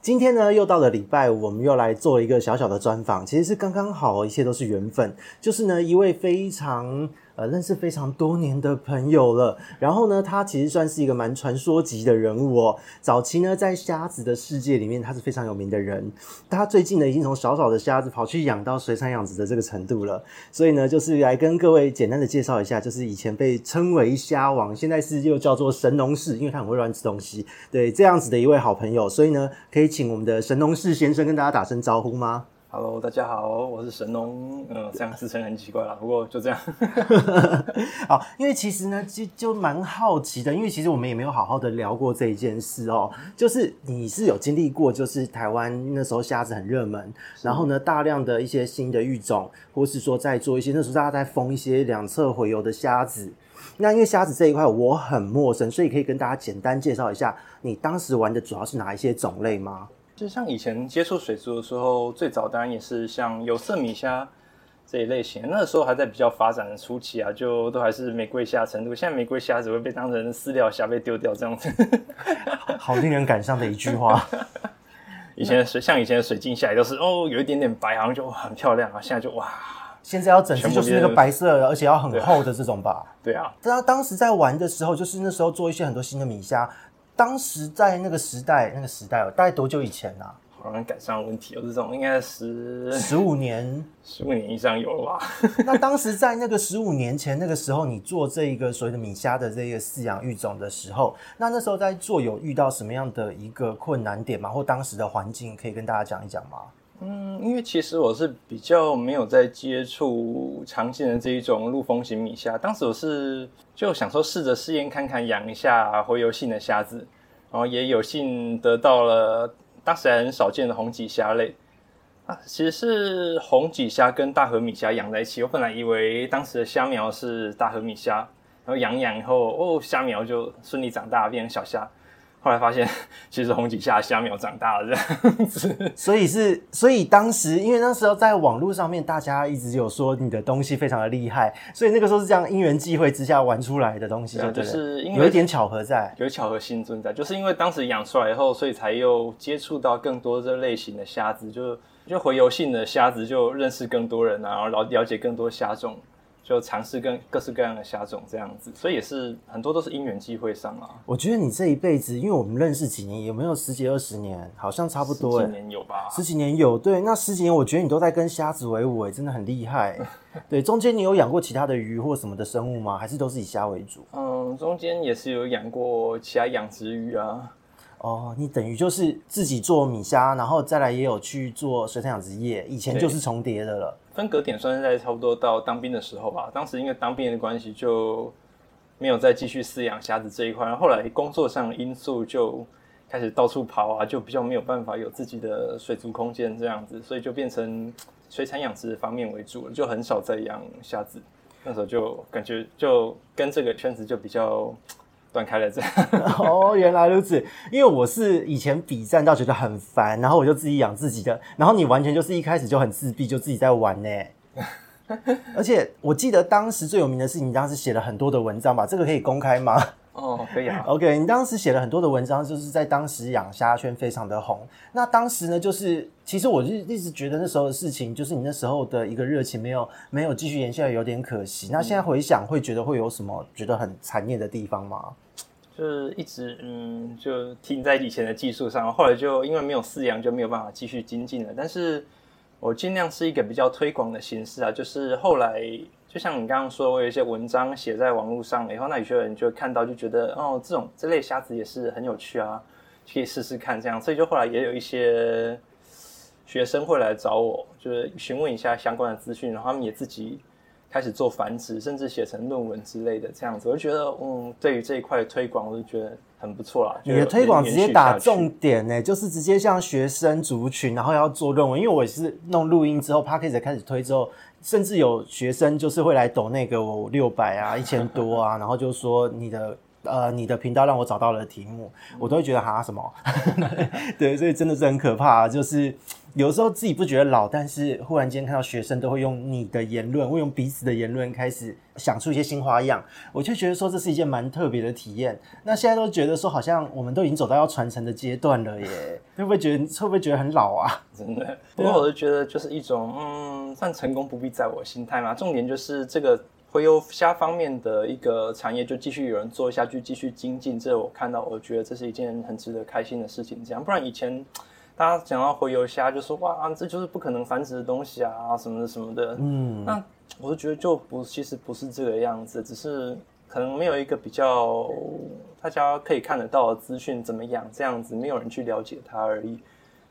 今天呢，又到了礼拜五，我们又来做一个小小的专访，其实是刚刚好，一切都是缘分。就是呢，一位非常呃认识非常多年的朋友了。然后呢，他其实算是一个蛮传说级的人物哦。早期呢，在虾子的世界里面，他是非常有名的人。他最近呢，已经从小小的虾子跑去养到水产养殖的这个程度了。所以呢，就是来跟各位简单的介绍一下，就是以前被称为虾王，现在是又叫做神农氏，因为他很会乱吃东西。对，这样子的一位好朋友，所以呢，可以请我们的神农氏先生跟大家打声招呼吗？ Hello，大家好，我是神农。嗯、这样自称很奇怪啦，不过就这样。 好，哦因为其实呢，就就蛮好奇的，因为其实我们也没有好好的聊过这一件事哦。就是你是有经历过，就是台湾那时候虾子很热门，然后呢，大量的一些新的育种，或是说在做一些那时候大家在封一些两侧洄游的虾子。那因为虾子这一块我很陌生，所以可以跟大家简单介绍一下，你当时玩的主要是哪一些种类吗？就像以前接触水族的时候，最早当然也是像有色米虾这一类型，那时候还在比较发展的初期啊，就都还是玫瑰虾程度。现在玫瑰虾只会被当成饲料虾被丢掉这样子。 好令人感伤的一句话。以前的水像以前的水晶虾也都是哦，有一点点白，好像就哇很漂亮啊。现在就哇， 现在要整只就是那个白色的，而且要很厚的这种吧。对啊，他当时在玩的时候，就是那时候做一些很多新的米虾。当时在那个时代，那个时代哦，大概多久以前啊？好像赶上问题哦，这种应该十十五年。十五年以上有了吧？那当时在那个十五年前那个时候，你做这一个所谓的米虾的这个饲养育种的时候，那那时候在做有遇到什么样的一个困难点吗？或当时的环境可以跟大家讲一讲吗？ 嗯，因为其实我是比较没有在接触常见的这一种陆风型米虾，当时我是就想说试着试验看看养一下洄游性的虾子，然后也有幸得到了当时还很少见的红脊虾类啊，其实是红脊虾跟大和米虾养在一起，我本来以为当时的虾苗是大和米虾，然后养一养以后哦虾苗就顺利长大变成小虾，后来发现 其实红脊虾的虾苗长大了这样子。所以是，所以当时因为那时候在网络上面，大家一直有说你的东西非常的厉害，所以那个时候是这样因缘际会之下玩出来的东西对啊就对了，就是因为有一点巧合在。有巧合性存在，就是因为当时养出来以后，所以才又接触到更多这类型的虾子，就就洄游性的虾子，就认识更多人啊，然后了了解更多虾种，就尝试更各式各样的虾种这样子，所以也是很多都是因缘际会上啊，我觉得你这一辈子，因为我们认识几年，有没有十几二十年？好像差不多哎、十几年有吧？十几年有对，那十几年我觉得你都在跟虾子为伍哎、真的很厉害、欸 对，中间你有养过其他的鱼或什么的生物吗？还是都是以虾为主？嗯，中间也是有养过其他养殖鱼啊，哦，你等于就是自己做米虾，然后再来也有去做水产养殖业，以前就是重叠的了。分隔点算是在差不多到当兵的时候吧。当时因为当兵的关系，就没有再继续饲养虾子这一块。然后后来工作上的因素就开始到处跑啊，就比较没有办法有自己的水族空间这样子，所以就变成水产养殖方面为主了，就很少再养虾子。那时候就感觉就跟这个圈子就比较断开了这样。 哦，原来如此。因为我是以前比战到觉得很烦，然后我就自己养自己的，然后你完全就是一开始就很自闭，就自己在玩呢。 而且我记得当时最有名的是你当时写了很多的文章吧，这个可以公开吗？哦，可以啊。 OK，你当时写了很多的文章，就是在当时养虾圈非常的红。那当时呢，就是其实我就一直觉得那时候的事情，就是你那时候的一个热情没有没有继续延续，有点可惜。那现在回想，会觉得会有什么觉得很残念的地方吗？就是一直嗯，就停在以前的技术上，后来就因为没有饲养，就没有办法继续精进了。但是我尽量是一个比较推广的形式啊，就是后来就像你刚刚说，我有一些文章写在网络上了以后，那有些人就看到就觉得哦，这种这类虾子也是很有趣啊，可以试试看这样。所以就后来也有一些学生会来找我，就是询问一下相关的资讯，然后他们也自己开始做繁殖，甚至写成论文之类的这样子，我就觉得，嗯，对于这一块的推广，我就觉得很不错啦。你的就推广直接打重延续下去，点呢、就是直接向学生族群，然后要做论文。因为我也是弄录音之后 p a c k a g e 开始推之后，甚至有学生就是会来抖那个我六百啊、一千多啊，然后就说你的呃你的频道让我找到了题目，我都会觉得哈什么， 对，所以真的是很可怕、啊，就是有时候自己不觉得老，但是忽然间看到学生都会用你的言论，会用彼此的言论开始想出一些新花样，我就觉得说这是一件蛮特别的体验。那现在都觉得说好像我们都已经走到要传承的阶段了耶，会不会觉得会不会觉得很老啊？ 真的。不过我就觉得就是一种嗯，算成功不必在我心态嘛。重点就是这个回游虾方面的一个产业，就继续有人做下去，继续精进。这我看到，我哦觉得这是一件很值得开心的事情。这样，不然以前大家讲到回游虾，就说哇、这就是不可能繁殖的东西啊，什么的什么的。嗯，那我就觉得就不，其实不是这个样子，只是可能没有一个比较大家可以看得到的资讯怎么养这样子，没有人去了解它而已。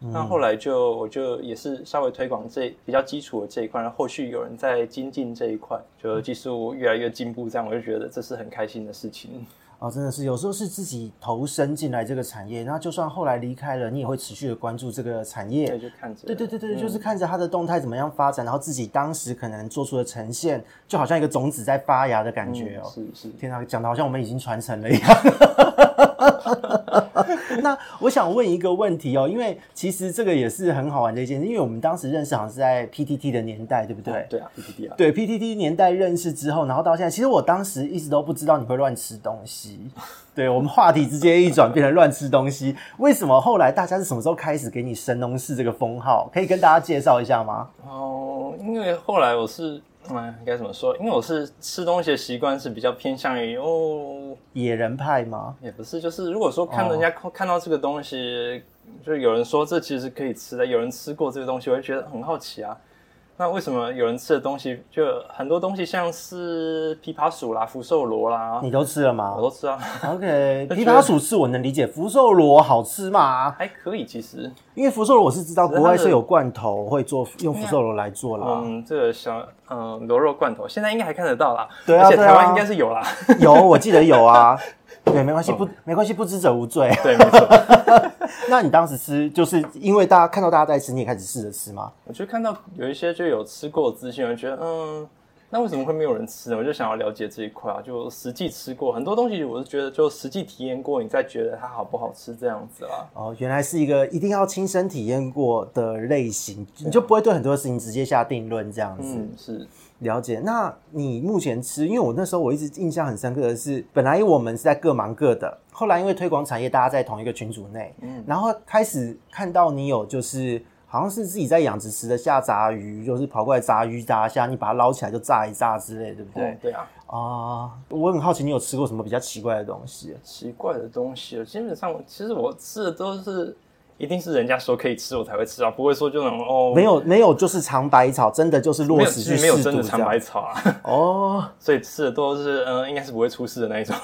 那嗯后来就我就也是稍微推广这比较基础的这一块，然后后续有人在精进这一块，就嗯技术越来越进步，这样我就觉得这是很开心的事情。哦，真的是有时候是自己投身进来这个产业，那就算后来离开了，你也会持续的关注这个产业对，。就看着对对对对，就是看着它的动态怎么样发展，然后自己当时可能做出的呈现，就好像一个种子在发芽的感觉哦。嗯是是，天啊，讲的好像我们已经传承了一样。 那我想问一个问题哦，因为其实这个也是很好玩的一件事，因为我们当时认识好像是在 PTT 的年代，对不对？对啊，PPT 啊，对 PTT 年代认识之后，然后到现在，其实我当时一直都不知道你会乱吃东西。对我们话题直接一转变成乱吃东西，为什么后来大家是什么时候开始给你神农氏这个封号？可以跟大家介绍一下吗？哦，因为后来我是，哎，该怎么说？因为我是吃东西的习惯是比较偏向于哦，野人派吗？也不是，就是如果说看哦人家、看到这个东西，就有人说这其实可以吃的，有人吃过这个东西，我就觉得很好奇啊。那为什么有人吃的东西，就很多东西像是枇杷属啦、福寿螺啦，你都吃了吗我都吃啊， ？OK，就枇觉得杷属是我能理解，福寿螺好吃嘛？还可以其实。因为福寿螺我是知道是它国外的是有罐头会做用福寿螺来做啦。嗯，这个小嗯螺肉罐头现在应该还看得到啦，对啊而且台对湾啊应该是 有啦。有，我记得有啊。对，没关哦系，不没关系，不知者无罪。对，没错。 那你当时吃，就是因为大家看到大家在吃，你也开始试着吃吗？我就看到有一些就有吃过的资讯，我觉得嗯，那为什么会没有人吃呢？我就想要了解这一块啊，就实际吃过很多东西，我是觉得就实际体验过，你再觉得它好不好吃这样子啊啦。哦，原来是一个一定要亲身体验过的类型，你就不会对很多事情直接下定论这样子。嗯，是了解。那你目前吃，因为我那时候我一直印象很深刻的是，本来我们是在各忙各的，后来因为推广产业，大家在同一个群组内，嗯，然后开始看到你有就是。好像是自己在养殖池的下杂鱼，就是跑过来炸鱼炸虾，你把它捞起来就炸一炸之类，对不对？对对啊，啊、我很好奇你有吃过什么比较奇怪的东西？奇怪的东西哦，基本上我其实我吃的都是一定是人家说可以吃我才会吃啊，不会说就那种哦没有没有，就是尝百草，真的就是没落有实其去实没有试真的毒尝这百样。草啊， 哦所以吃的都是嗯、呃应该是不会出事的那一 种。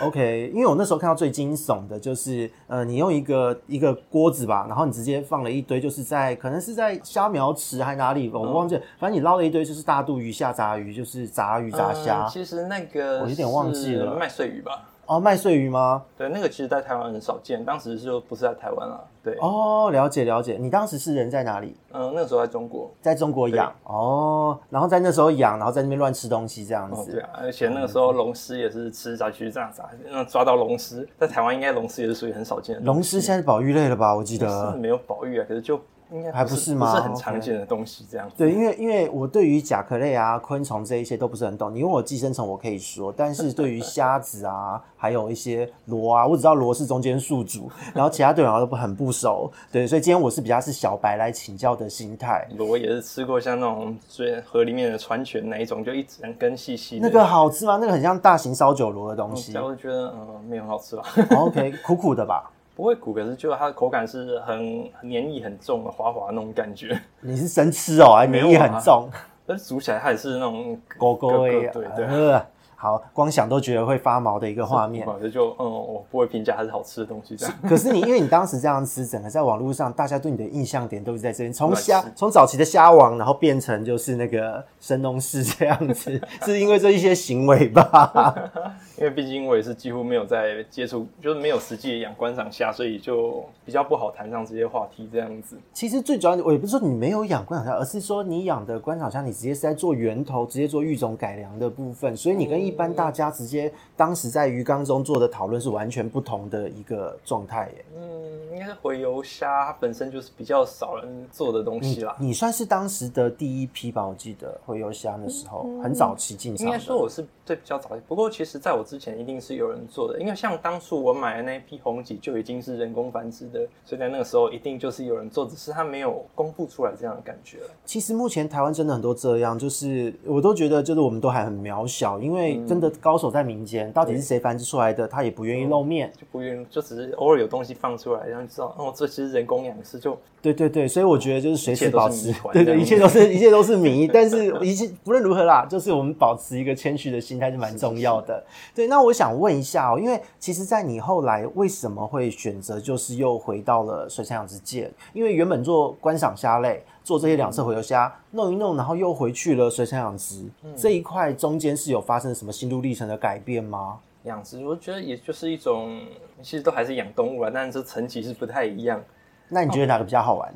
，OK，因为我那时候看到最惊悚的就是，呃，你用一个一个锅子吧，然后你直接放了一堆，就是在可能是在虾苗池还哪里，我嗯忘记了，反正你捞了一堆就是大肚鱼、下杂鱼，就是杂鱼、杂虾嗯。其实那个我有点忘记了是麦穗鱼吧。哦，麦穗鱼吗？对，那个其实在台湾很少见，当时就不是在台湾了。对，嗯、哦，了解了解。你当时是人在哪里？那个时候在中国。在中国养哦，然后在那时候养，然后在那边乱吃东西这样哦，子。对啊，而且那个时候龙狮也是吃炸去炸炸，啊那抓到龙狮，在台湾应该龙狮也是属于很少见的东龙狮现在是保育类了吧？我记西，得是没有保育啊，可是就应该还不不是吗不是很常见的东西这样。对，因为因为我对于甲壳类啊、昆虫这一些都不是很懂。你问我寄生虫，我可以说，但是对于虾子啊，还有一些螺啊，我只知道螺是中间宿主，然后其他对我都不很不熟。对，所以今天我是比较是小白来请教的心态。螺也是吃过像那种最河里面的川泉那一种，就一整根细细的。那个好吃吗？那个很像大型烧酒螺的东西然。后就觉得嗯没有很好吃吧， OK，苦 苦的吧？ 不会苦，可是就它的口感是很很黏腻很重的滑滑的那种感觉， 你是生吃哦，还没有名义啊很重，但是煮起来它也是那种狗狗咯咯哎，对对呃 好，光想都觉得会发毛的一个画 面。我就嗯，我不会评价它是好吃的东西这样。 可是你，因为你当时这样吃，整个在网络上，大家对你的印象点都是在这边，从乱吃虾，从早期的虾王，然后变成就是那个神农氏这样 子，是因为这一些行为吧？ 因为毕竟我也是几乎没有在接触，就是没有实际养观赏虾，所以就比较不好谈上这些话题这样子。 其实最主要，我也不是说你没有养观赏虾，而是说你养的观赏虾，你直接是在做源头，直接做育种改良的部分，所以你跟一般大家直接当时在鱼缸中做的讨论是完全不同的一个状态耶。嗯，应该是回游虾它本身就是比较少人做的东西啦。你算是当时的第一批吧，我记得洄游虾的时候，很早期进场应的。该说我是对比较早一，不过其实在我之前一定是有人做的，因为像当初我买的那一批红脊就已经是人工繁殖的，所以在那个时候一定就是有人做，只是它没有公布出来这样的感觉了。其实目前台湾真的很多这样，就是我都觉得就是我们都还很渺小，因为真的高手在民间，到底是谁繁殖出来的，他也不愿意露面。就不愿意，就只是偶尔有东西放出来，然后你知道哦，这其实人工养殖就对对对，所以我觉得就是随时保持一切都 对是谜，团对，一切这都是一切都是谜，但是一切不论如何啦，就是我们保持一个谦虚的心态是蛮重要的。对，那我想问一下哦，因为其实，在你后来为什么会选择就是又回到了水产养殖界？因为原本做观赏虾类，做这些两侧洄游虾，弄一弄，然后又回去了水产养殖、嗯这一块，中间是有发生什么心路历程的改变吗？养殖，我觉得也就是一种，其实都还是养动物啊，但是层级是不太一 样，那你觉得哪个比较好玩？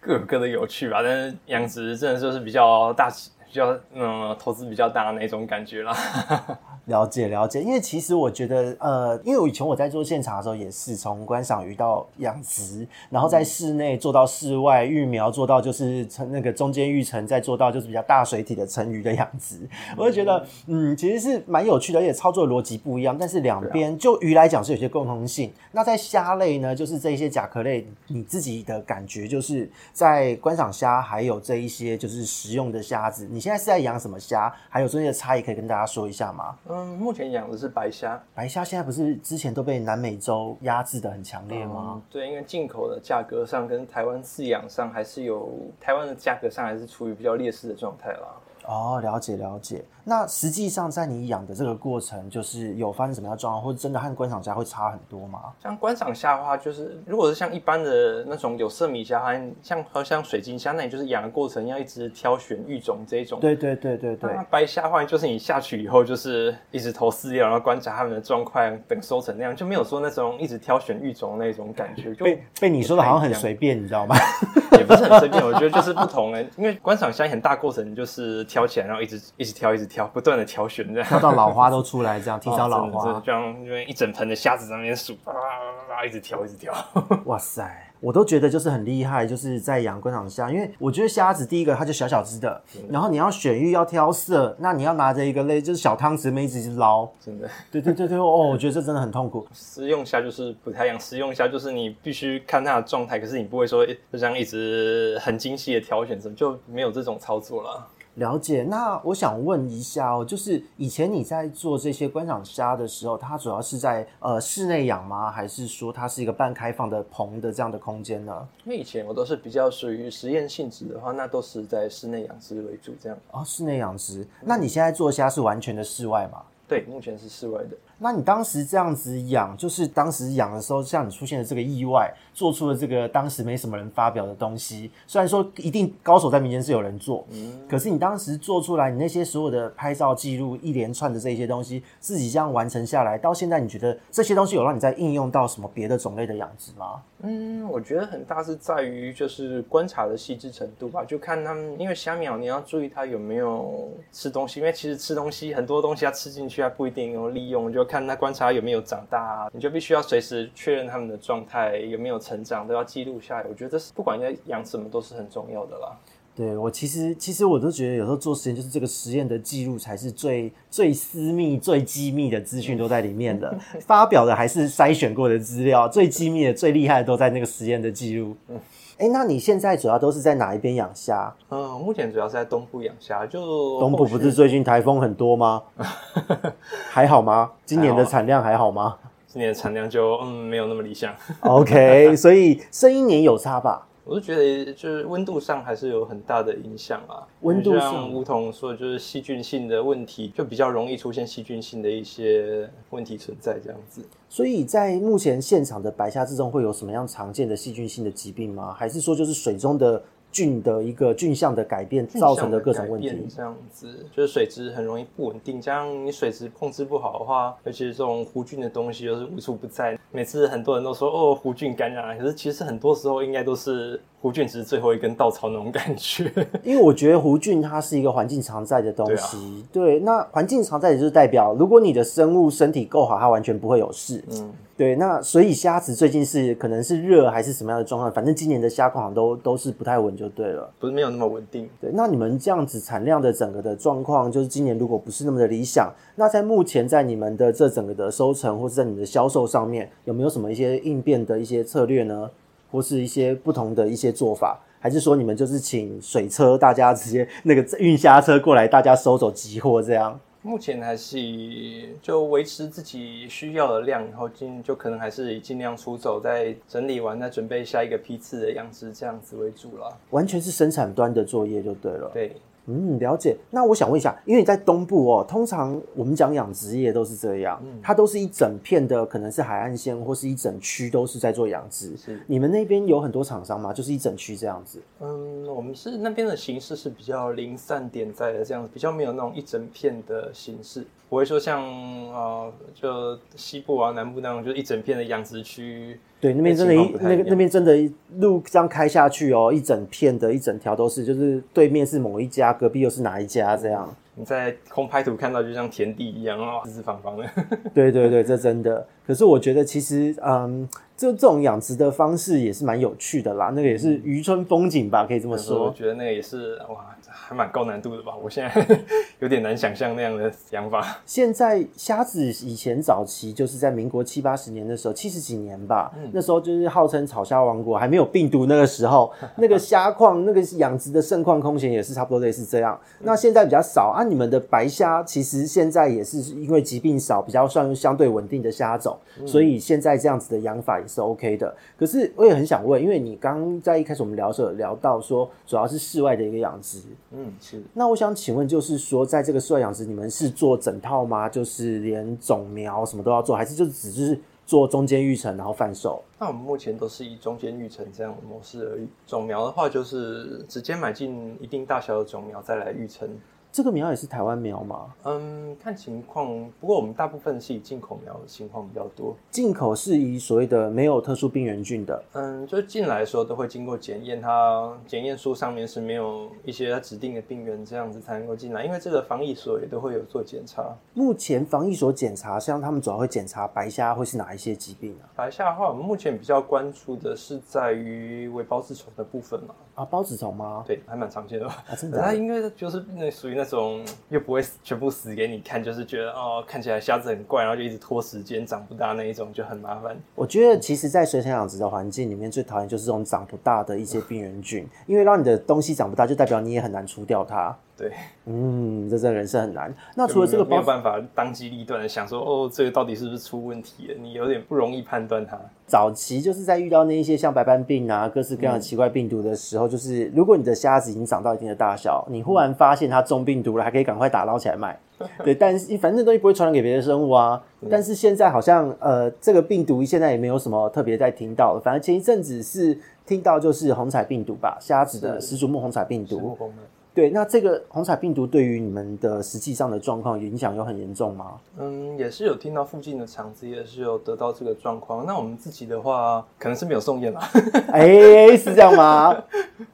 各有各的有趣吧。但是养殖真的就是比较大起，比较嗯投资比较大的那种感觉啦。了解了解，因为其实我觉得，呃，因为我以前我在做现场的时候，也是从观赏鱼到养殖，然后在室内做到室外育苗，做到就是成那个中间育成，再做到就是比较大水体的成鱼的养殖，我就觉得，嗯，其实是蛮有趣的，而且操作的逻辑不一样，但是两边、就鱼来讲是有些共同性。那在虾类呢，就是这一些甲壳类，你自己的感觉就是在观赏虾，还有这一些就是食用的虾子，你现在是在养什么虾？还有中间的差异，可以跟大家说一下吗？嗯，目前养的是白虾，白虾现在不是之前都被南美洲压制的很强烈吗？嗯对，因为进口的价格上跟台湾饲养上还是有台湾的价格上还是处于比较劣势的状态啦。哦，了解了解。那实际上在你养的这个过程，就是有发生什么样的状况，或者真的和观赏虾会差很多吗？像观赏虾的话，就是如果是像一般的那种有色米虾，和像和像水晶虾，那你就是养的过程要一直挑选育种这一种。对对对对对那，白虾的话，就是你下去以后就是一直投饲料，然后观察它们的状况，等收成那样，就没有说那种一直挑选育种的那种感觉，就被被你说的好像很随便，你知道吗？ 也不是很随便。我觉得就是不同哎、因为观赏虾很大过程就是挑起来，然后一直一直挑，一直挑，不断的挑选这 样。跳到老花都出来，这 样提早老哦真的花是，这样，因为一整盆的虾子在那边数，啊啊啊啊，一直挑，一直 挑。哇塞！我都觉得就是很厉害，就是在养观赏虾，因为我觉得虾子第一个它就小小只的，然后你要选育要挑色，那你要拿着一个类就是小汤匙，没一直捞，真的，对对对对，哦，我觉得这真的很痛苦。食用虾就是不太一样，食用虾就是你必须看它的状态，可是你不会说诶就这样一直很精细的挑选，什么就没有这种操作了。了解，那我想问一下哦，就是以前你在做这些观赏虾的时候，它主要是在呃室内养吗？还是说它是一个半开放的棚的这样的空间呢？因为以前我都是比较属于实验性质的话，那都是在室内养殖为主这样。哦，室内养殖。那你现在做虾是完全的室外吗？对，目前是室外的。那你当时这样子养，就是当时养的时候，像你出现了这个意外，做出了这个当时没什么人发表的东西。虽然说一定高手在民间是有人做，可是你当时做出来，你那些所有的拍照记录，一连串的这些东西，自己这样完成下来，到现在你觉得这些东西有让你在应用到什么别的种类的养殖吗？嗯，我觉得很大是在于就是观察的细致程度吧，就看它们，因为虾苗你要注意它有没有吃东西，因为其实吃东西很多东西它吃进去它啊不一定有利用，就看它观察有没有长大、啊，你就必须要随时确认它们的状态有没有成长，都要记录下来。我觉得这是不管你在养什么都是很重要的啦。对我其实其实我都觉得有时候做实验就是这个实验的记录才是最最私密、最机密的资讯都在里面的， 发表的还是筛选过的资料，最机密的、最厉害的都在那个实验的记录。哎，那你现在主要都是在哪一边养虾？嗯，目前主要是在东部养虾，就东部后不续是最近台风很多 吗？还好吗？今年的还好产量还好啊吗今年的产量就嗯没有那么理想。 ？OK，所以生一年有差吧？我是觉得就是温度上还是有很大的影响啊。温度就上像吴桐说，就是细菌性的问题，就比较容易出现细菌性的一些问题存在这样子。所以在目前现场的白虾之中，会有什么样常见的细菌性的疾病吗？还是说就是水中的菌的一个菌相的改变造成的各种问改变题？这样子就是水质很容易不稳定，加上你水质控制不好的话，尤其是这种弧菌的东西又是无处不在。每次很多人都说哦弧菌感染，可是其实很多时候应该都是弧菌只是最后一根稻草那种感觉。因为我觉得弧菌它是一个环境常在的东西，对。啊那环境常在也就是代表，如果你的生物身体够好，它完全不会有事。嗯，对。那所以虾子最近是可能是热还是什么样的状况？反正今年的虾况好像都都是不太稳，就对了。不是没有那么稳定。对，那你们这样子产量的整个的状况，就是今年如果不是那么的理想，那在目前在你们的这整个的收成或是在你们的销售上面，有没有什么一些应变的一些策略呢？或是一些不同的一些做法？还是说你们就是请水车，大家直接那个运虾车过来，大家收走集货这样？目前还是以就维持自己需要的量，然后尽就可能还是以尽量出走，再整理完再准备下一个批次的样子这样子为主啦。完全是生产端的作业就对了。对，嗯，了解。那我想问一下，因为你在东部哦，通常我们讲养殖业都是这样，它都是一整片的，可能是海岸线或是一整区都是在做养殖。是你们那边有很多厂商吗？就是一整区这样子。嗯，我们是那边的形式是比较零散点在的，这样子比较没有那种一整片的形式，不会说像呃就西部啊南部那种就是一整片的养殖区。对，那边真的情一，况不太那一个样那边真的一路这样开下去哦，一整片的一整条都是，就是对面是某一家，隔壁又是哪一家这样。你在空拍图看到就像田地一样啊，四四方方的。对对对，这真的。可是我觉得其实，嗯，这这种养殖的方式也是蛮有趣的啦，那个也是渔村风景吧，可以这么所以说我。觉得那个也是哇，还蛮高难度的吧？我现在 有点难想象那样的想法。现在虾子以前早期就是在民国七八十年的时候，七十几年吧，那时候就是号称草虾王国，还没有病毒那个时候，那个虾况、那个养殖的盛况、空闲也是差不多类似这样。那现在比较少啊，你们的白虾其实现在也是因为疾病少，比较算相对稳定的虾种，所以现在这样子的养法也是 OK 的。可是我也很想问，因为你刚在一开始我们聊的时候有聊到说，主要是室外的一个养殖，嗯，是。那我想请问，就是说，在这个室外养殖，你们是做整套吗？就是连种苗什么都要做，还是就只是做中间育成然后贩售？那我们目前都是以中间育成这样的模式而已。种苗的话，就是直接买进一定大小的种苗再来育成。这个苗也是台湾苗吗？嗯，看情况。不过我们大部分是以进口苗的情况比较多。进口是以所谓的没有特殊病原菌的，嗯，就进来的时候都会经过检验，它检验书上面是没有一些它指定的病源，这样子才能够进来。因为这个防疫所也都会有做检查。目前防疫所检查，像他们主要会检查白虾会是哪一些疾病啊？白下的话，我们目前比较关注的是在于微孢子虫的部分嘛，啊，孢子虫吗？对，还蛮常见的吧。啊，真的啊、它因为就是那属于那种又不会死全部死给你看，就是觉得哦看起来虾子很怪，然后就一直拖时间长不大那一种，就很麻烦。我觉得其实，在水产养殖的环境里面，最讨厌就是这种长不大的一些病原菌，因为让你的东西长不大，就代表你也很难除掉它。对，嗯，这真的人生很难。那除了这个没孢有没有办法当机立断的想说哦这个到底是不是出问题了，你有点不容易判断它。早期就是在遇到那一些像白斑病啊、各式各样的奇怪病毒的时候，就是如果你的虾子已经长到一定的大小，你忽然发现它中病毒了，还可以赶快打捞起来卖。对，但是反正这东西不会传染给别的生物啊。但是现在好像呃，这个病毒现在也没有什么特别在听到了，反正前一阵子是听到就是红彩病毒吧，虾子的是始祖目红彩病是 毒。我们对，那这个红彩病毒对于你们的实际上的状况影响有很严重吗？嗯，也是有听到附近的厂子也是有得到这个状况。那我们自己的话，可能是没有送验啦， 哎、是这样吗？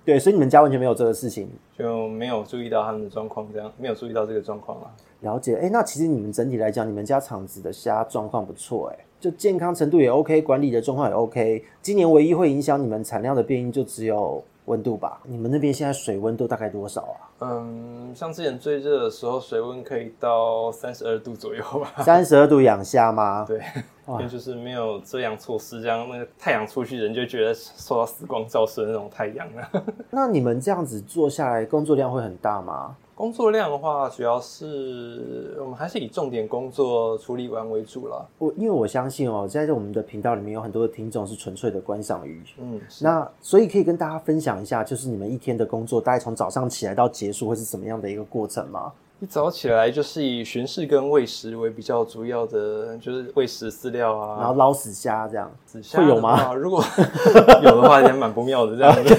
对，所以你们家完全没有这个事情。就没有注意到他们的状况，这样没有注意到这个状况啦。了解，哎、那其实你们整体来讲，你们家厂子的虾状况不错，哎，就健康程度也 OK，管理的状况也 OK。今年唯一会影响你们产量的变因就只有温度吧？你们那边现在水温都大概多少啊？嗯，像之前最热的时候，水温可以到三十二度左右吧。 三十二度养虾吗？对，因为就是没有遮阳措施，这样那个太阳出去，人就觉得受到死光照射的那种太阳啊。那你们这样子做下来，工作量会很大吗？ 工作量的话，主要是我们还是以重点工作处理完为主啦。我因为我相信哦，在我们的频道里面有很多的听众是纯粹的观赏鱼，嗯，是那所以可以跟大家分享一下，就是你们一天的工作大概从早上起来到结束会是怎么样的一个过程吗？一早起来就是以巡视跟喂食为比较主要的，就是喂食饲料啊，然后捞死虾这样，子夏会有的吗哦话？如果 有的话，也蛮不妙的。这样子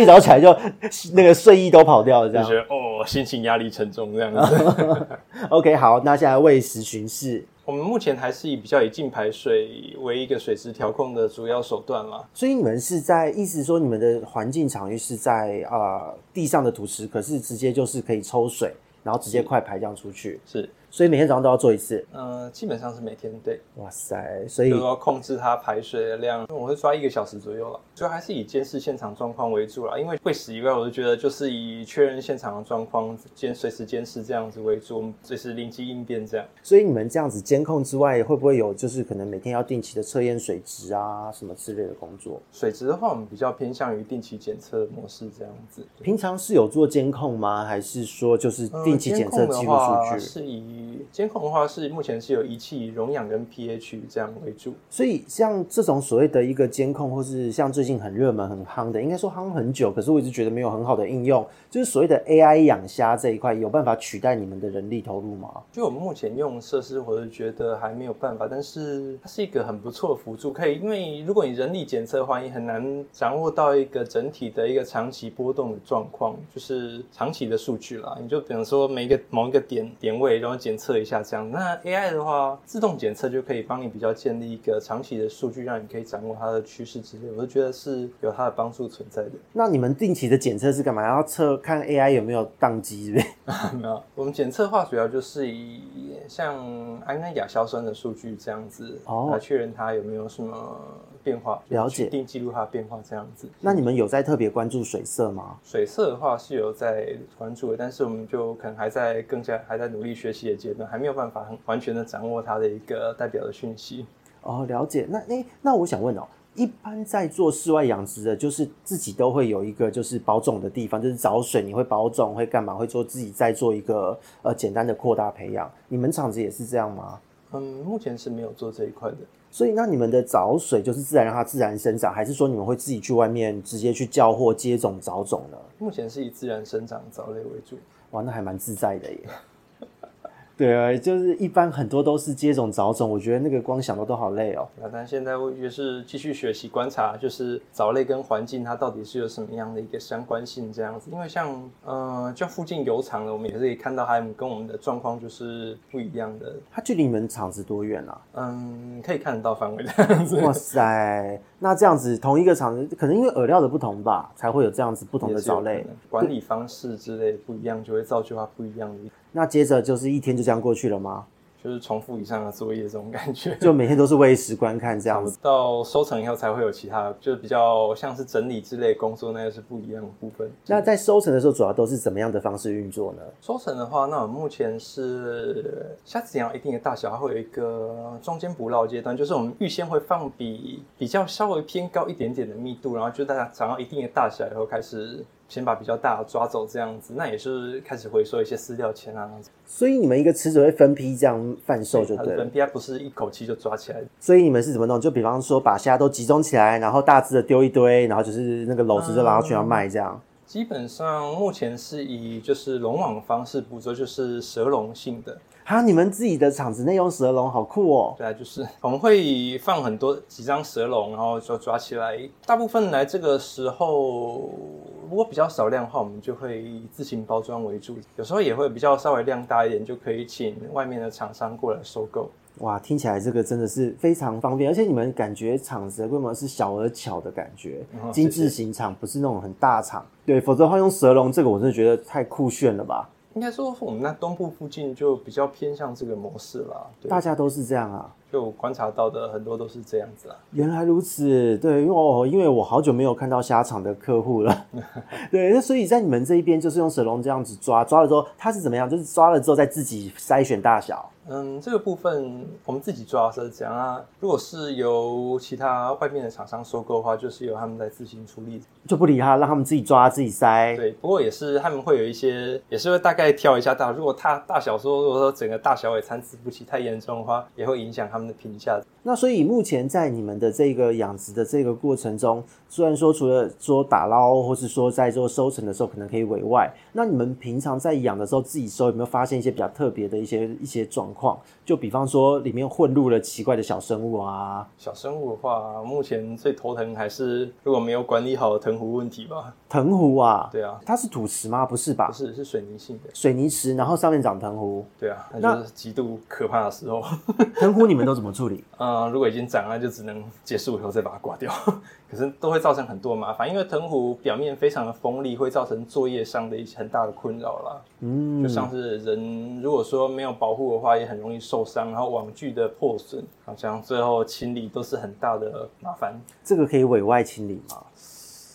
一早起来就那个睡意都跑掉了这就觉样。得哦，心情压力沉重这样子。 OK，好，那现在喂食巡视，我们目前还是以比较以净排水为一个水质调控的主要手段啦。所以你们是在意思说你们的环境场域是在呃地上的土池，可是直接就是可以抽水，然后直接快排这样出去，是，所以每天早上都要做一次。呃，基本上是每天对，哇塞，所以就是要控制它排水的量，我会抓一个小时左右了。主要还是以监视现场状况为主啦，因为会死以外，我就觉得就是以确认现场的状况，监随时监视这样子为主，我们随时临机应变这样。所以你们这样子监控之外，会不会有就是可能每天要定期的测验水质啊什么之类的工作？水质的话，我们比较偏向于定期检测模式这样子。平常是有做监控吗？还是说就是呃定期检测记监控的录话数据？是以监控的话是目前是有仪器溶氧跟 pH 这样为主。所以像这种所谓的一个监控，或是像最近很热门、很夯的，应该说夯很久，可是我一直觉得没有很好的应用，就是所谓的 AI 养虾这一块，有办法取代你们的人力投入吗？就我们目前用设施，我是觉得还没有办法，但是它是一个很不错的辅助，可以因为如果你人力检测的话，你很难掌握到一个整体的一个长期波动的状况，就是长期的数据啦。你就比方说每一个某一个点点位，然后检测一下这样。那 AI 的话，自动检测就可以帮你比较建立一个长期的数据，让你可以掌握它的趋势之类，我就觉得是有它的帮助存在的。那你们定期的检测是干嘛？要测看 AI 有没有宕机，是不是？没有，嗯我们检测化主要就是以像氨跟亚硝酸的数据这样子哦来确认它有没有什么变化，了解去定记录它的变化这样子。那你们有在特别关注水色吗？水色的话是有在关注的，但是我们就可能还在更加还在努力学习的阶段，还没有办法很完全的掌握它的一个代表的讯息。哦，了解。那诶、那我想问哦，一般在做室外养殖的，就是自己都会有一个就是保种的地方，就是找水，你会保种，会干嘛？会做自己再做一个呃简单的扩大培养。你们厂子也是这样吗？嗯，目前是没有做这一块的。所以那你们的找水就是自然让它自然生长，还是说你们会自己去外面直接去叫货接种找种呢？目前是以自然生长藻类为主，哇，那还蛮自在 的耶。对啊，就是一般很多都是接种找种，我觉得那个光想到都好累哦。啊，但现在我也是继续学习观察，就是藻类跟环境它到底是有什么样的一个相关性这样子。因为像呃，就附近油厂的，我们也是可以看到它们跟我们的状况就是不一样的。它距离你们厂子多远啊？嗯，可以看得到范围这样子。哇塞，那这样子同一个厂子，可能因为饵料的不同吧，才会有这样子不同也的是有藻可类能。管理方式之类不一样，就会造就它不一样的，那接着就是一天就这样过去了吗？就是重复以上的作业这种感觉。 就每天都是喂食观看这样子。到收成以后才会有其他的，就是比较像是整理之类工作，那个是不一样的部分。那在收成的时候，主要都是怎么样的方式运作呢？收成的话，那我们目前是虾子羊一定的大小，它会有一个中间捕捞阶段，就是我们预先会放比比较稍微偏高一点点的密度，然后就大家长到一定的大小以后，开始先把比较大的抓走，这样子，那也是开始回收一些饲料钱啊，所以你们一个池子会分批这样贩售就它对的了本。币它不是一口气就抓起来，所以你们是怎么弄？就比方说把虾都集中起来，然后大只的丢一堆，然后就是那个篓子就拿去要卖这样。基本上目前是以就是笼网的方式捕捉，就是蛇笼性的，啊，你们自己的厂子内用蛇笼好酷哦！对啊，就是 我们会放很多几张蛇笼，然后就抓起来。大部分来这个时候，如果比较少量的话，我们就会以自行包装为主。有时候也会比较稍微量大一点，就可以请外面的厂商过来收购。哇，听起来这个真的是非常方便，而且你们感觉厂子的规模是小而巧的感觉，嗯精谢致谢型厂不是那种很大厂，对，否则的话用蛇笼这个我真的觉得太酷炫了吧，应该说，我们那东部附近就比较偏向这个模式啦。对，大家都是这样啊。就我观察到的很多都是这样子啊啦。原来如此，对，因为我因为我好久没有看到虾场的客户了，对，那所以在你们这一边就是用蛇笼这样子抓，抓了之后它是怎么样？就是抓了之后再自己筛选大小，嗯，这个部分我们自己抓是这样啊。如果是由其他外面的厂商收购的话，就是由他们在自行处理。就不理他，让他们自己抓自己塞。对，不过也是他们会有一些，也是会大概挑一下大。如果大大小说，如果说整个大小也参差不齐太严重的话，也会影响他们的评价。那所以目前在你们的这个养殖的这个过程中，虽然说除了说打捞，或是说在做收成的时候可能可以委外，那你们平常在养的时候自己收有没有发现一些比较特别的一些一些状况？就比方说里面混入了奇怪的小生物啊，小生物的话，目前最头疼还是如果没有管理好的藤壶问题吧。藤壶啊，对啊，它是土池吗？不是不吧？是是水泥性的，水泥池，然后上面长藤壶，对啊，那那就是极度可怕的时候。藤壶你们都怎么处理？嗯、如果已经长了，就只能结束以后再把它刮掉， 可是都会造成很多麻烦，因为藤壶表面非常的锋利，会造成作业上的一些很大的困扰啦。嗯就，像是人如果说没有保护的话，也很容易受伤，然后网具的破损，好像最后清理都是很大的麻烦。 这个可以委外清理吗？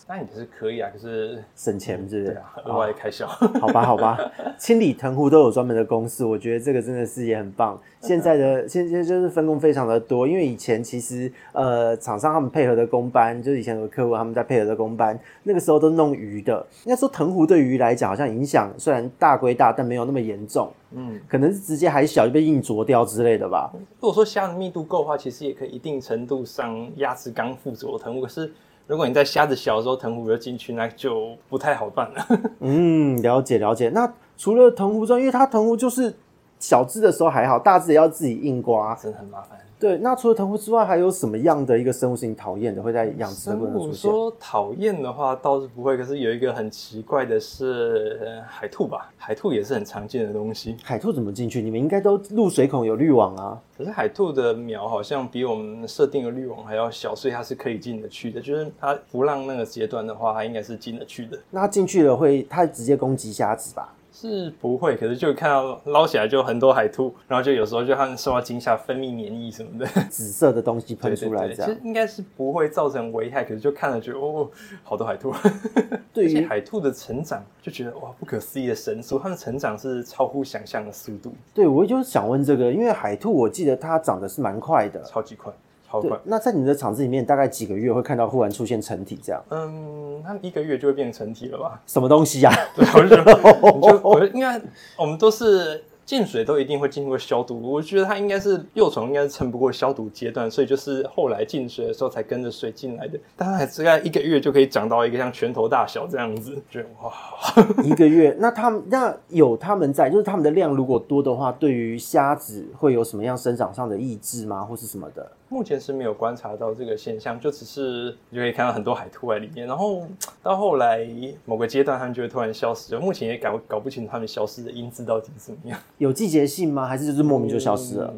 那也是可以啊，可是省钱是不是？对啊，额外开销。好吧，好吧，清理藤壶都有专门的公司，我觉得这个真的是也很棒。现在的现在就是分工非常的多，因为以前其实呃厂商他们配合的工班，就是以前有个客户他们在配合的工班，那个时候都弄鱼的。应该说藤壶对鱼来讲好像影响虽然大归大，但没有那么严重，嗯，可能是直接还小就被硬啄掉之类的吧。如果说虾的密度够的话，其实也可以一定程度上压制刚附着的藤壶。可是如果你在虾子小的时候藤壶就进去，那就不太好办了。 嗯，了解了解。那除了藤壶之外，因为它藤壶就是小只的时候还好，大只也要自己硬刮。真的很麻烦。对，那除了藤壶之外，还有什么样的一个生物是你讨厌的，会在养殖的生过程中物出现？说讨厌的话倒是不会，可是有一个很奇怪的是、呃海兔吧，海兔也是很常见的东西。海兔怎么进去？你们应该都入水孔有滤网啊。可是海兔的苗好像比我们设定的滤网还要小，所以它是可以进得去的。就是它不浪那个阶段的话，它应该是进得去的，那它进去了会，它直接攻击虾子吧？是不会。可是就看到捞起来就很多海兔，然后就有时候就它们受到惊吓分泌黏液什么的，紫色的东西对喷出来对这 对样。其实应该是不会造成危害，可是就看了觉得哦，好多海兔。对而且于海兔的成长就觉得哇，不可思议的神速，它们成长是超乎想象的速度，对，我就是想问这个，因为海兔我记得它长得是蛮快的。超级快，超对快。，那在你们的场子里面，大概几个月会看到忽然出现成体这样？嗯，它们一个月就会变成成体了 吧？什么东西啊呀、对，我就觉得，你就我就应该，我们都是进水都一定会经过消毒，我觉得它应该是幼虫应该是撑不过消毒阶段，所以就是后来进水的时候才跟着水进来的。但它大概一个月就可以长到一个像拳头大小这样子，觉得哇，一个月，那他们那有他们在，就是他们的量如果多的话，对于虾子会有什么样生长上的抑制吗，或是什么的？目前是没有观察到这个现象，就只是 你就可以看到很多海兔在里面，然后到后来某个阶段，它们就会突然消失了。目前也搞搞不清楚它们消失的因子到底是怎么样， 有季节性吗？还是就是莫名就消失了？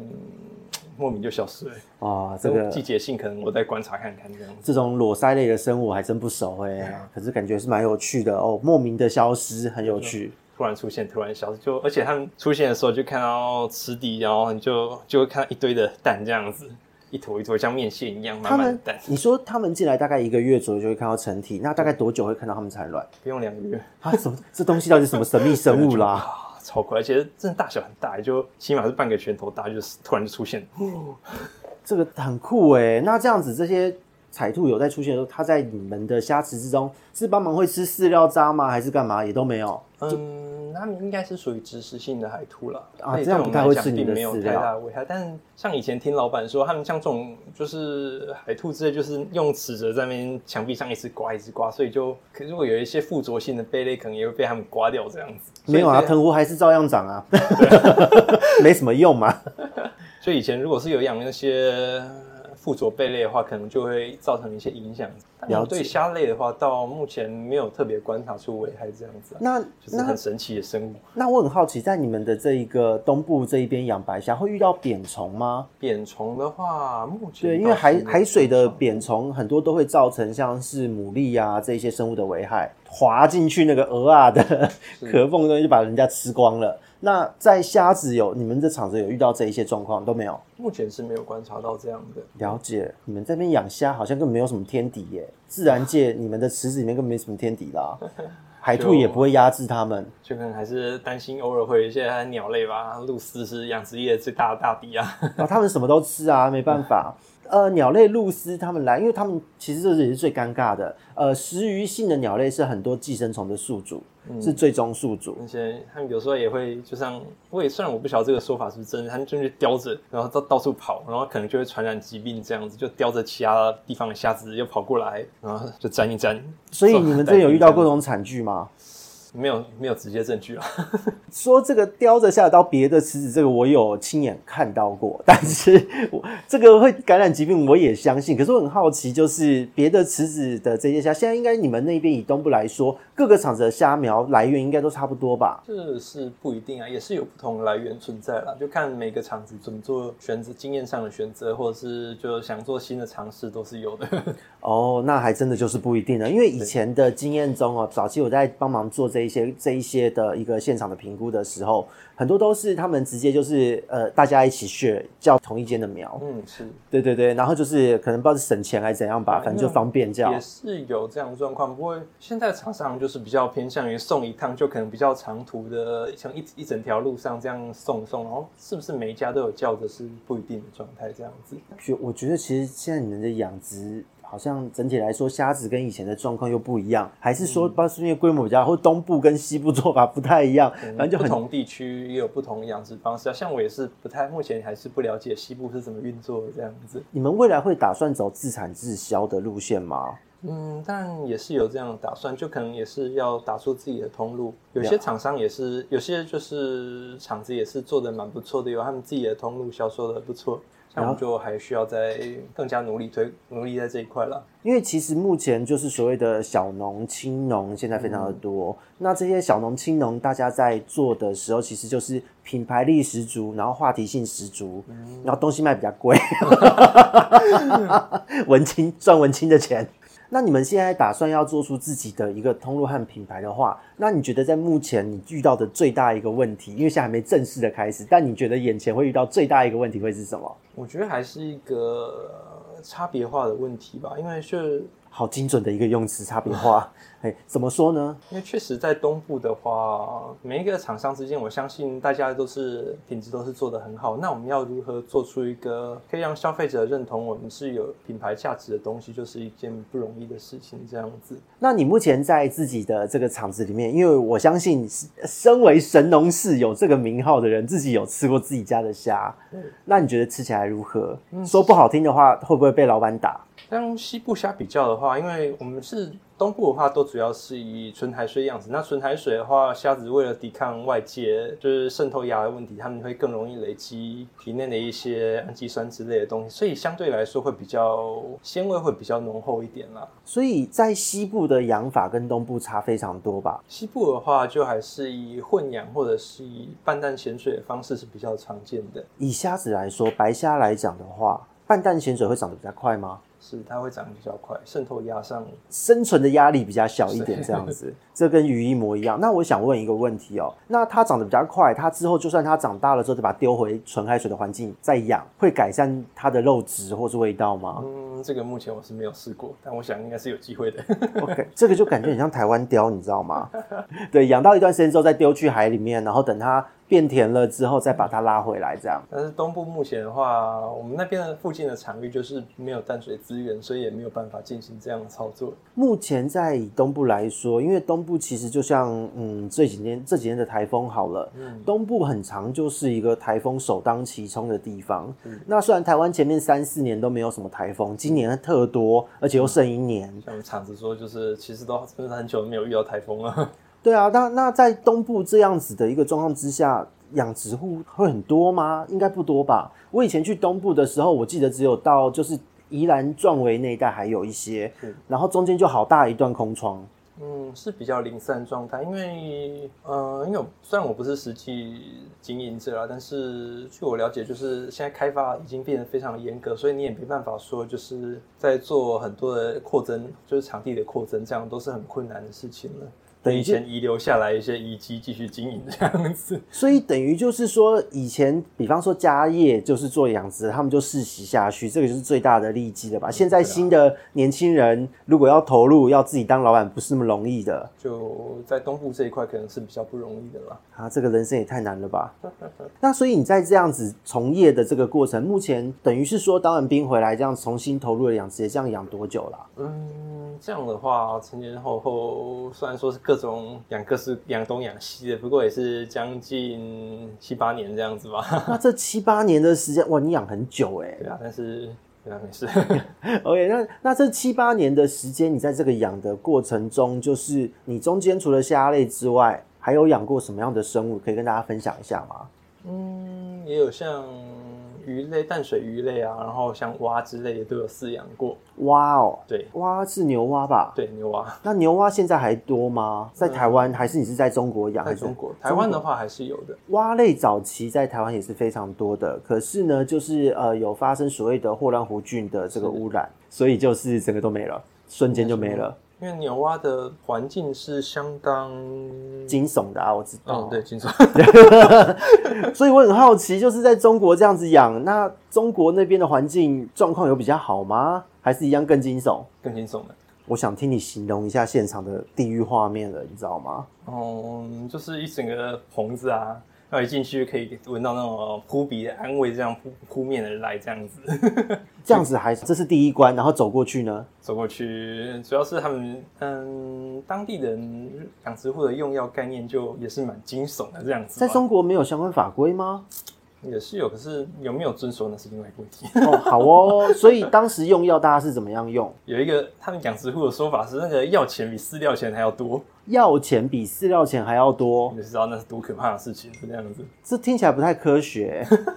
莫名就消失了。啊，这个季节性可能我再观察看看这样子。这种裸鳃类的生物我还真不熟哎、可是感觉是蛮有趣的哦，莫名的消失很有趣。突然出现，突然消失，就而且它们出现的时候就看到池底，然后你就就会看到一堆的蛋这样子，一坨一坨像面线一样他满满们的蛋，，你说他们进来大概一个月左右就会看到成体，那大概多久会看到他们产卵？不用两个月。啊，什么这东西到底是什么神秘生物啦？啊， 超快，而且真的大小很大，也就起码是半个拳头大，就是突然就出现了。这个很酷哎。那这样子，这些彩兔有在出现的时候，它在你们的虾池之中是帮忙会吃饲料渣吗？还是干嘛？也都没有。嗯，它们应该是属于植食性的海兔了啊所以这样对我不们太来会讲吃你并的没有饲太料大的危害。但像以前听老板说，他们像这种就是海兔之类，就是用齿折在那边墙壁上一直刮一直刮，所以就可如果有一些附着性的贝类，可能也会被他们刮掉这样子。所以没有啊，对藤壶还是照样长 啊， 没什么用嘛。所以以前如果是有养那些附着贝类的话，可能就会造成一些影响。了但解对虾类的话，到目前没有特别观察出危害这样子啊、那就是那很神奇的生物那我很好奇，在你们的这一个东部这一边养白虾，会遇到扁虫吗？扁虫的话，目前对，因为倒是没海有海水的扁虫很多都会造成像是牡蛎啊这一些生物的危害，滑进去那个鹅啊的壳缝中就把人家吃光了。那在虾子有你们的厂子有遇到这一些状况都没有？目前是没有观察到这样的。了解，你们这边养虾好像根本没有什么天敌耶，自然界你们的池子里面根本没什么天敌啦。海兔也不会压制他们。就可能还是担心偶尔会有一些鸟类吧。鹭鸶是养殖业最大的大敌啊。 然后他们什么都吃啊，没办法。呃，鸟类鹭鸶他们来，因为他们其实这也是最尴尬的。呃，食鱼性的鸟类是很多寄生虫的宿主，是最终宿主。而且他们有时候也会，就像我也虽然我不晓得这个说法是不是真的，他们就是叼着，然后到到处跑，然后可能就会传染疾病这样子，就叼着其他地方的虾子又跑过来，然后就沾一沾。所以你们这边有遇到各种惨剧吗？没有没有直接证据啊？说这个叼着下得到别的池子，这个我有亲眼看到过， 但是我这个会感染疾病，我也相信。可是我很好奇，就是别的池子的这些虾，现在应该你们那边以东部来说，各个厂子的虾苗来源应该都差不多吧？这是不一定啊，也是有不同来源存在啦，就看每个厂子怎么做选择，经验上的选择，或者是就想做新的尝试，都是有的。 哦，那还真的就是不一定了，因为以前的经验中哦，早期我在帮忙做这一些这一些的一个现场的评估的时候，很多都是他们直接就是呃大家一起 share 叫同一间的苗，嗯，是。对对对，然后就是可能不知道是省钱还是怎样吧，啊反正就方便叫也。是有这样的状况，不过现在厂商就是比较偏向于送一趟，就可能比较长途的，像一一整条路上这样送一送，然后是不是每一家都有叫的是不一定的状态这样子。觉我觉得其实现在你们的养殖好像整体来说虾子跟以前的状况又不一样，还是嗯说不知道是因为规模比较大，或东部跟西部做法不太一样，反正就不很同地区也有不同的养殖方式啊，像我也是不太，目前还是不了解西部是怎么运作的这样子。你们未来会打算走自产自销的路线吗？嗯，但也是有这样的打算，就可能也是要打出自己的通路。有些厂商也是，有些就是厂子也是做的蛮不错的，有他们自己的通路销售的不错。像我们就还需要再更加努力推努力在这一块了。因为其实目前就是所谓的小农、青农，现在非常的多。那这些小农、青农，大家在做的时候，其实就是品牌力十足，然后话题性十足，然后东西卖比较贵，文青赚文青的钱。那你们现在打算要做出自己的一个通路和品牌的话，那你觉得在目前你遇到的最大一个问题，因为现在还没正式的开始，但你觉得眼前会遇到最大一个问题会是什么？我觉得还是一个呃差别化的问题吧，因为是好精准的一个用词差别化，哎，怎么说呢？因为确实在东部的话，每一个厂商之间，我相信大家都是品质都是做得很好。那我们要如何做出一个可以让消费者认同我们是有品牌价值的东西，就是一件不容易的事情。这样子，那你目前在自己的这个厂子里面，因为我相信，身为神农氏有这个名号的人，自己有吃过自己家的虾，那你觉得吃起来如何？说不好听的话，会不会被老板打？跟西部虾比较的话，因为我们是东部的话，都主要是以纯海水养殖。那纯海水的话，虾子为了抵抗外界就是渗透压的问题，它们会更容易累积体内的一些氨基酸之类的东西，所以相对来说会比较鲜味会比较浓厚一点啦。所以在西部的养法跟东部差非常多吧？西部的话，就还是以混养或者是以半淡咸水的方式是比较常见的，以虾子来说，白虾来讲的话，半淡咸水会长得比较快吗？是它会长得比较快，渗透压上。生存的压力比较小一点，这样子， 这跟鱼一模一样。那我想问一个问题哦，那它长得比较快，它之后就算它长大了之后，再把它丢回纯海水的环境再养，会改善它的肉质或是味道 吗嗯，这个目前我是没有试过，但我想应该是有机会的。 ？OK，这个就感觉很像台湾雕，你知道吗？ 对，养到一段时间之后再丢去海里面，然后等它变甜了之后再把它拉回来，这样。但是东部目前的话，我们那边的附近的场域就是没有淡水资源，所以也没有办法进行这样的操作。目前在以东部来说，因为东部其实就像嗯这几天这几天的台风好了，嗯东部很长就是一个台风首当其冲的地方。嗯那虽然台湾前面三四年都没有什么台风，今年特嗯多，而且又剩一年。像我们厂子说，就是其实都真的很久没有遇到台风了。对啊，那那在东部这样子的一个状况之下，养殖户会很多吗？应该不多吧。我以前去东部的时候，我记得只有到就是宜兰壮围那一带还有一些，然后中间就好大一段空窗。嗯，是比较零散状态，因为呃，因为我虽然我不是实际经营者啦，啊但是据我了解，就是现在开发已经变得非常严格，所以你也没办法说就是在做很多的扩增，就是场地的扩增，这样都是很困难的事情了。等以前遗留下来一些遗迹继续经营这样子。所以等于就是说，以前比方说家业就是做养殖，他们就世袭下去，这个就是最大的利基了吧？现在新的年轻人如果要投入，要自己当老板，不是那么容易的就在东部这一块可能是比较不容易的啦。啊！这个人生也太难了吧？那所以你在这样子从业的这个过程，目前等于是说，当完兵回来这样重新投入了养殖业，这样养多久了？嗯，这样的话，前前后后虽然说是各种养各式养东养西的，不过也是将近七八年这样子吧。 那这七八年的时间，哇，你养很久哎、对啊，但是对啊，没事。 OK，那那这七八年的时间，你在这个养的过程中，就是你中间除了虾类之外，还有养过什么样的生物？可以跟大家分享一下吗？嗯，也有像鱼类、淡水鱼类啊，然后像蛙之类也都有饲养过。蛙哦，对蛙是牛蛙吧？对，牛蛙那牛蛙现在还多吗？在台湾、还是你是在中国养？在还是中国、台湾的话还是有的。蛙类早期在台湾也是非常多的，可是呢，就是呃有发生所谓的霍乱弧菌的这个污染，所以就是整个都没了，瞬间就没了，因为牛蛙的环境是相当，惊悚的啊，我知道。嗯，对，清楚。所以我很好奇，就是在中国这样子养，那中国那边的环境状况有比较好吗？还是一样更惊悚？ 更轻松的。我想听你形容一下现场的地狱画面了，你知道吗？嗯，就是一整个棚子啊，然后一进去可以闻到那种扑鼻的安慰，这样扑扑面而来，这样子 这样子还这是第一关，然后走过去呢，走过去。主要是他们，嗯，当地人养殖户的用药概念就也是蛮惊悚的，这样子吧。在中国没有相关法规吗？也是有，可是有没有遵守那是另外一个问题。 哦，好哦，所以当时用药大家是怎么样用？有一个他们养殖户的说法是，那个药钱比饲料钱还要多， 药钱比饲料钱还要多你，就知道那是多可怕的事情，是这样子。这听起来不太科学。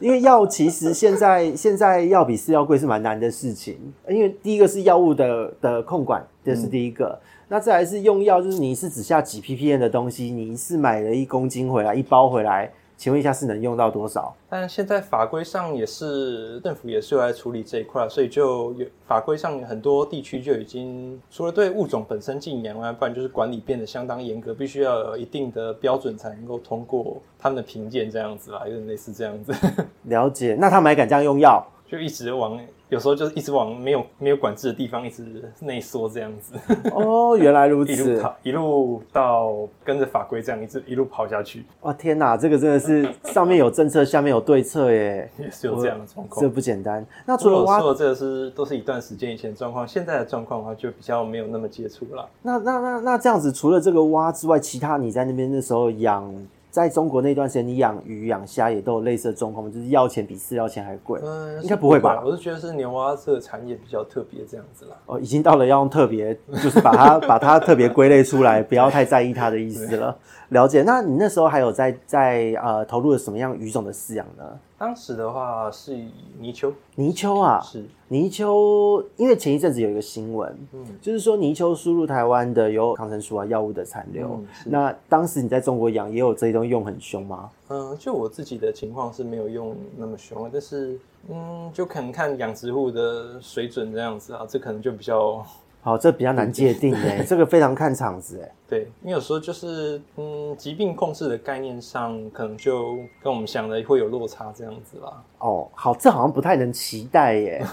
因为药其实现在现在药比饲料贵是蛮难的事情，因为第一个是药物的的控管，这是第一个。那再来是用药，就是你是只下几 ppm 的东西，你一次买了一公斤回来，一包回来，请问一下是能用到多少？但现在法规上也是政府也是有来处理这一块，所以就有法规上很多地区就已经除了对物种本身禁养外，不然就是管理变得相当严格，必须要有一定的标准才能够通过他们的评鉴这样子啊啦，有点类似这样子， 了解，那他们还敢这样用药？就一直往有时候就是一直往没有没有管制的地方一直内缩这样子，哦，原来如 一路此。跑一路到跟着法规这样一直一路跑下去，哇，哦天哪，这个真的是上面有政策，下面有对策 耶，也是有这样的状况这。不简单。那除除了了我挖，说的这个是都是一段时间以前的状况，现在的状况的话就比较没有那么接触了。那那那那这样子，除了这个蛙之外，其他你在那边的时候养，在中国那段时间，你养鱼、养虾也都有类似的状况吗，就是要钱比饲料钱还贵。嗯，应该不会吧是我是觉得是牛蛙这个产业比较特别这样子啦。哦，已经到了要用特别，就是把它把它特别归类出来，不要太在意它的意思了。了解。那你那时候还有在在呃投入了什么样鱼种的饲养呢？当时的话是以泥鳅，泥鳅啊，是泥鳅，因为前一阵子有一个新闻，嗯就是说泥鳅输入台湾的有抗生素啊药物的残留。嗯是那当时你在中国养也有这些东西用很凶吗？嗯，就我自己的情况是没有用那么凶，但是嗯，就可能看养殖户的水准这样子啊，这可能就比较好，这比较难界定哎、这个非常看场子哎、对，因为有时候就是嗯，疾病控制的概念上，可能就跟我们想的会有落差这样子啦。哦，好，这好像不太能期待 耶、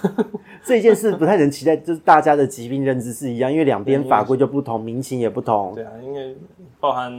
这一件事不太能期待，就是大家的疾病认知是一样，因为两边法规就不同，民情也不同对。啊，因为包含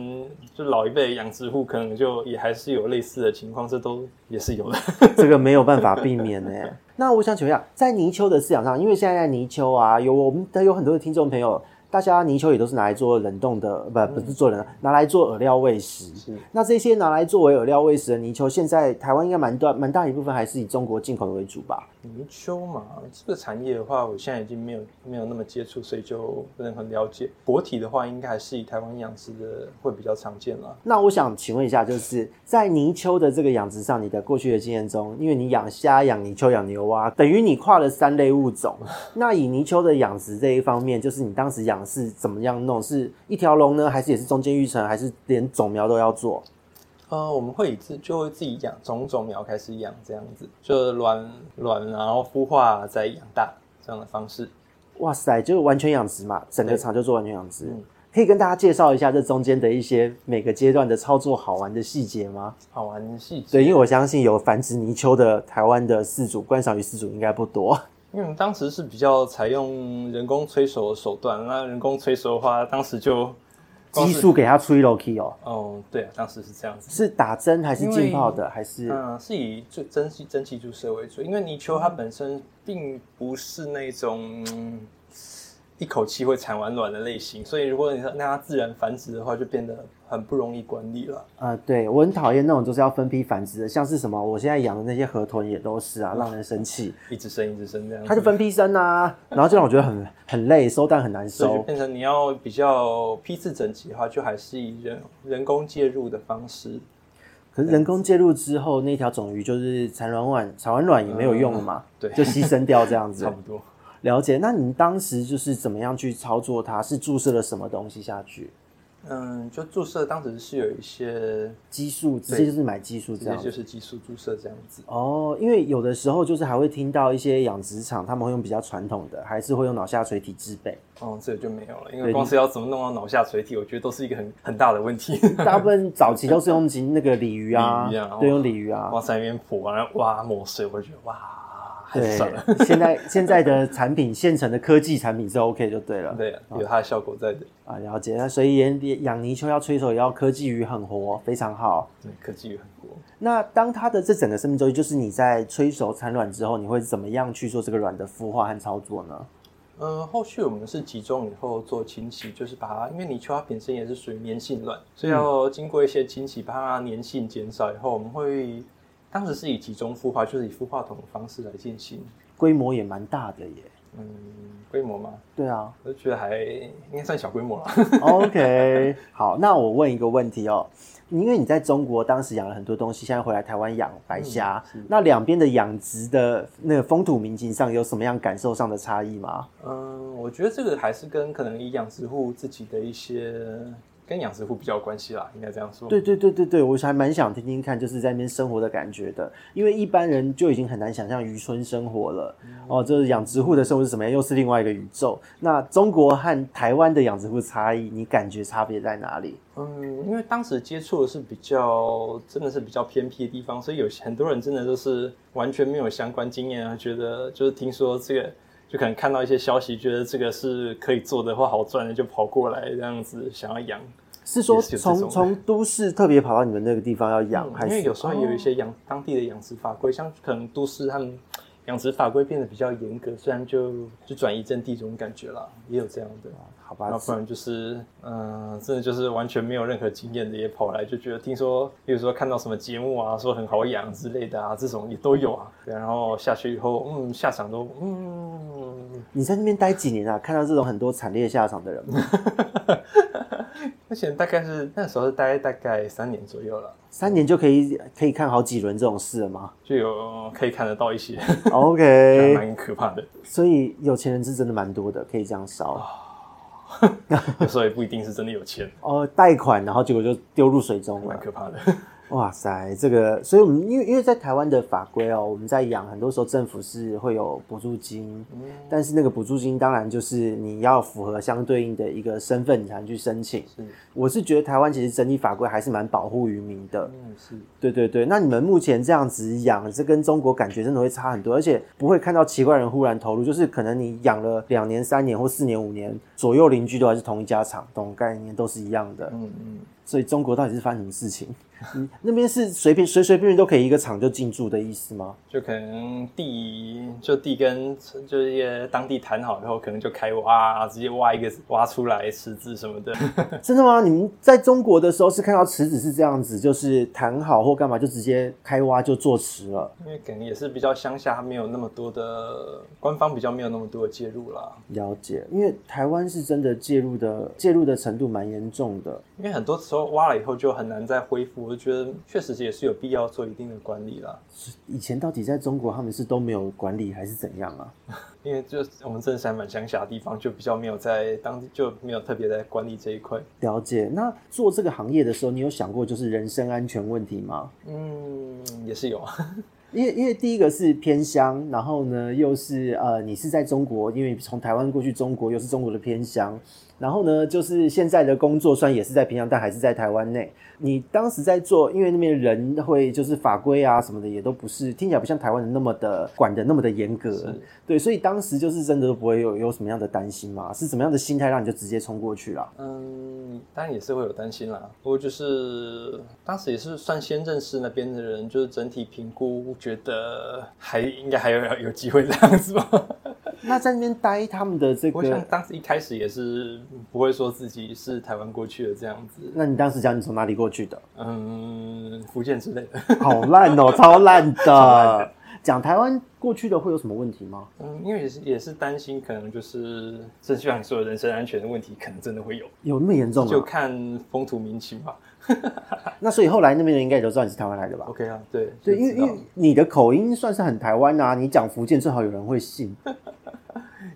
就老一辈养殖户，可能就也还是有类似的情况，这都也是有的。 这个没有办法避免呢、 那我想请问一下，在泥鳅的饲养上，因为现在泥鳅啊，有我们的有很多的听众朋友，大家泥鳅也都是拿来做冷冻的，不不是做冷冻，拿来做饵料喂食。是那这些拿来作为饵料喂食的泥鳅，现在台湾应该蛮大蛮大一部分还是以中国进口为主吧？泥鳅嘛，这个产业的话，我现在已经没有没有那么接触，所以就不能很了解。活体的话，应该还是以台湾养殖的会比较常见啦。那我想请问一下，就是在泥鳅的这个养殖上，你的过去的经验中，因为你养虾、养泥鳅、养牛蛙，等于你跨了三类物种。那以泥鳅的养殖这一方面，就是你当时养是怎么样弄？是一条龙呢，还是也是中间育成，还是连种苗都要做？呃，我们会以自就会自己养种种苗开始养这样子，就卵卵啊然后孵化再养大这样的方式。哇塞，就是完全养殖嘛，整个对厂就做完全养殖嗯。可以跟大家介绍一下这中间的一些每个阶段的操作好玩的细节吗？好玩的细节。对，因为我相信有繁殖泥鳅的台湾的饲主、观赏鱼饲主应该不多。因为我们当时是比较采用人工催熟的手段，那人工催熟的话，当时就光激是素给它吹 low key 哦，哦，对啊，当时是这样子。是打针还是浸泡的，还是嗯，是以最蒸汽蒸汽注射为主，因为泥鳅它本身并不是那种、嗯一口气会产完卵的类型，所以如果你让它自然繁殖的话，就变得很不容易管理了。呃，对我很讨厌那种就是要分批繁殖的，像是什么我现在养的那些河豚也都是啊，让人生气。一直生一直生这样子，它就分批生啊，然后就让我觉得很很累，收蛋很难所以就收。变成你要比较批次整齐的话，就还是以人人工介入的方式。可是人工介入之后，那条种鱼就是产卵卵产完卵也没有用了嘛，嗯对就牺牲掉这样子 差。不多。了解，那你当时就是怎么样去操作它？是注射了什么东西下去？嗯，就注射当时是有一些，激素，直接就是买激素这直接样就是激素注射这样子。哦，因为有的时候就是还会听到一些养殖场他们会用比较传统的，还是会用脑下垂体制 备。哦，这个就没有了，因为光是要怎么弄到脑下垂体，我觉得都是一个很很大的问题。大部分早期都是用那个鲤鱼啊，鲤鱼啊对，用鲤鱼啊。 往山那边泼，然后哇抹碎，我就觉得哇，还是对算了。， 现在现在的产品，现成的科技产品是 OK 就对了。对啊，有它的效果在的。啊，了解。那所以养养泥鳅要催熟，也要科技鱼很活，非常好。对，科技也很多。那当它的这整个生命周期，就是你在催熟产卵之后，你会怎么样去做这个卵的孵化和操作呢？嗯，后续我们是集中以后做清洗，就是把它，因为泥鳅它本身也是属于粘性卵，嗯所以要经过一些清洗，把它粘性减少以后，我们会当时是以集中孵化，就是以孵化桶的方式来进行。规模也蛮大的耶。嗯，规模嘛，对啊我就觉得还应该算小规模了。 ，OK，好，那我问一个问题哦，因为你在中国当时养了很多东西，现在回来台湾养白虾，嗯那两边的养殖的那个风土民情上有什么样感受上的差异吗？嗯，我觉得这个还是跟可能以养殖户自己的一些跟养殖户比较有关系啦，应该这样说。对对对对对，我还蛮想听听看，就是在那边生活的感觉的，因为一般人就已经很难想象渔村生活了。嗯哦，就是养殖户的生活是什么样，又是另外一个宇宙。那中国和台湾的养殖户差异，你感觉差别在哪里？嗯，因为当时接触的是比较真的是比较偏僻的地方，所以有些很多人真的就是完全没有相关经验啊，觉得就是听说这个。就可能看到一些消息，觉得这个是可以做的或好赚的，就跑过来这样子想要养。是说也是有这从种的从都市特别跑到你们那个地方要养，嗯还因是为有时候有一哦些养、当地的养殖法规，像可能都市他们养殖法规变得比较严格，虽然就就转移阵地这种感觉啦，也有这样的。好那吧？不然就是，嗯、真的就是完全没有任何经验的也跑来，就觉得听说，比如说看到什么节目啊，说很好养之类的啊，这种也都有啊。对然后下去以后，嗯，下场都，嗯，你在那边待几年啊？看到这种很多惨烈下场的人吗，而且大概是那时候是待大概三年左右了，三年就可以可以看好几轮这种事了吗 就有可以看得到一些，还？OK， 蛮可怕的。所以有钱人是真的蛮多的，可以这样烧。有时候也不一定是真的有钱，哦，贷款，然后结果就丢入水中蛮了。可怕的。哇塞，这个，所以我们因为因为在台湾的法规哦，我们在养，很多时候政府是会有补助金，但是那个补助金当然就是你要符合相对应的一个身份，你才能去申请。我是觉得台湾其实整体法规还是蛮保护渔民的，嗯，是。对对对。那你们目前这样子养，这跟中国感觉真的会差很多，而且不会看到奇怪人忽然投入，就是可能你养了两年、三年或四年、五年，左右邻居都还是同一家厂，懂概念都是一样的。嗯嗯，所以中国到底是发生什么事情？嗯，那边是随便随随便便都可以一个厂就进驻的意思吗？就可能地就地跟就是一些当地谈好以后，可能就开挖，直接挖一个挖出来池子什么 的。真的吗？你们在中国的时候是看到池子是这样子，就是谈好或干嘛就直接开挖就做池了？因为可能也是比较乡下，它没有那么多的官方比较没有那么多的介入啦。了解，因为台湾是真的介入的介入的程度蛮严重的。因为很多时候挖了以后就很难再恢复，我就觉得确实也是有必要做一定的管理啦。以前到底在中国他们是都没有管理还是怎样啊？因为就是我们正山蛮乡下的地方，就比较没有在当地就没有特别在管理这一块。了解。那做这个行业的时候，你有想过就是人身安全问题吗？嗯，也是有啊。因为因为第一个是偏乡，然后呢又是呃，你是在中国，因为从台湾过去中国又是中国的偏乡，然后呢，就是现在的工作虽然也是在平阳，但还是在台湾内。你当时在做，因为那边人会就是法规啊什么的，也都不是听起来不像台湾的那么的管的那么的严格，对，所以当时就是真的都不会有有什么样的担心嘛？是怎么样的心态让你就直接冲过去了？嗯，当然也是会有担心啦。不过就是当时也是算先认识那边的人，就是整体评估觉得还应该还有有机会这样子 吧。那在那边待他们的这我想个，当时一开始也是不会说自己是台湾过去的这样子，那你当时讲你从哪里过去的？嗯，福建之类的。 好烂哦，超烂的。讲台湾过去的会有什么问题吗？嗯，因为也是也是担心，可能就是正像你说的人身安全的问题，可能真的会有，有那么严重就吗？看风土民情吧。那所以后来那边人应该也都知道你是台湾来的吧？ OK 啊，对，对，就因为知因道为你的口音算是很台湾啊，你讲福建最好有人会信。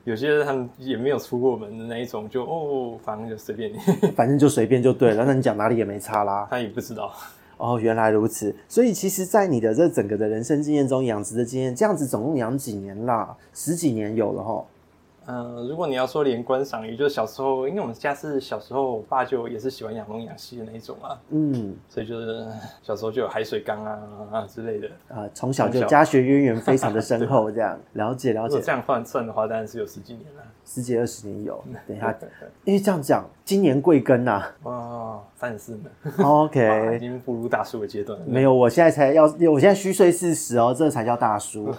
有些人他们也没有出过门的那一种，就哦，反正就随便你，反正就随便就对了，那你讲哪里也没差啦。他也不知道。哦，原来如此。所以其实，在你的这整个的人生经验中，养殖的经验，这样子总共养几年啦？十几年有了哈。呃，如果你要说连观赏鱼，就是小时候，因为我们家是小时候，我爸就也是喜欢养龙养溪的那一种啊，嗯，所以就是小时候就有海水缸啊啊之类的。啊、从小就从小家学渊源非常的 深厚，这样了解了如果解这，样换算的话，当然是有十几年了。十几二十年有。等一下，因为这样讲，今年贵庚呐哇，三十四呢， 哇已？OK，经步入大叔的阶段了。没有，我现在才要，我现在虚岁四十哦，这才叫大叔。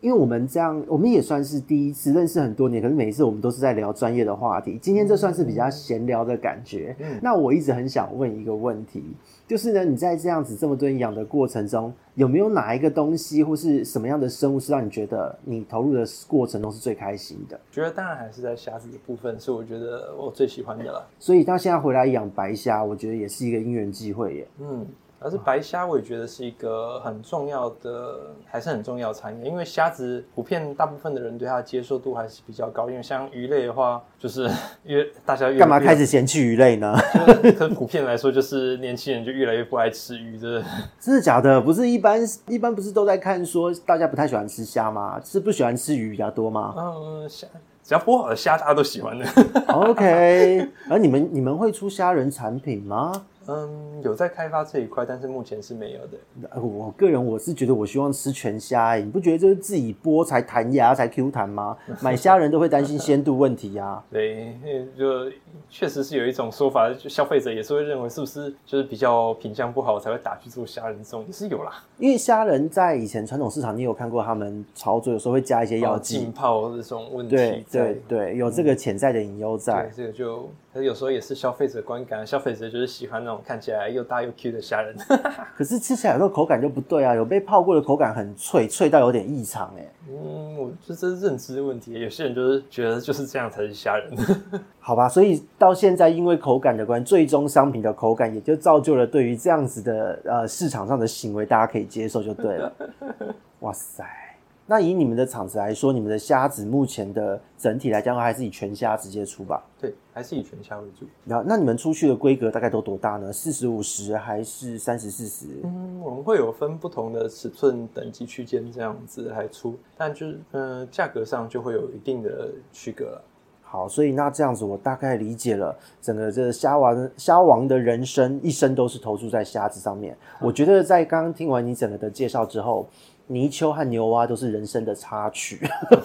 因为我们这样，我们也算是第一次认识很多年，可是每一次我们都是在聊专业的话题。今天这算是比较闲聊的感觉。那我一直很想问一个问题，就是呢，你在这样子这么多年养的过程中，有没有哪一个东西或是什么样的生物是让你觉得你投入的过程中是最开心的？觉得当然还是在虾子的部分是我觉得我最喜欢的啦。所以到现在回来养白虾，我觉得也是一个因缘际会耶。嗯，而啊是白虾，我也觉得是一个很重要的，还是很重要的产业，因为虾子普遍大部分的人对它的接受度还是比较高，因为像鱼类的话，就是 越大家越干嘛开始始？嫌弃鱼类呢？就是 可是普遍来说，就是年轻人就越来越不爱吃鱼， 这 真的假的？不是一般一般不是都在看说大家不太喜欢吃虾吗？是不喜欢吃鱼比较多 吗嗯虾。只要剥好的虾，大家都喜欢的。 ？OK，而你们你们会出虾仁产品吗？嗯，有在开发这一块，但是目前是没有的。呃我个人我是觉得我希望吃全虾、欸，你不觉得就是自己剥才弹牙才 Q 弹吗？买虾仁都会担心鲜度问题呀、啊。对，就确实是有一种说法，就消费者也是会认为是不是就是比较品相不好才会打去做虾仁这种，也是有啦。因为虾仁在以前传统市场，你有看过他们炒作，有时候会加一些药要剂哦浸。泡这种问题对在，对对，有这个潜在的隐忧在对，。这个就，可是有时候也是消费者观感，消费者就是喜欢那种看起来又大又 Q 的虾仁， 可是吃起来有时候口感就不对啊，有被泡过的口感很脆，脆到有点异常哎、嗯，我这这是认知问题，有些人就是觉得就是这样才是虾仁， 好吧，所以到现在因为口感的关系，最终商品的口感也就造就了对于这样子的呃市场上的行为，大家可以接受就对了。哇塞，那以你们的厂子来说，你们的虾子目前的整体来讲，还是以全虾直接出吧？对，还是以全虾为主。然后，那你们出去的规格大概都多大呢？四十五十还是三十四十？嗯，我们会有分不同的尺寸等级区间这样子来出，但就是嗯、呃价格上就会有一定的区隔了。好，所以那这样子我大概理解了，整个这个虾王虾王的人生一生都是投注在虾子上面。我觉得在刚刚听完你整个的介绍之后，泥鳅和牛蛙都是人生的插曲。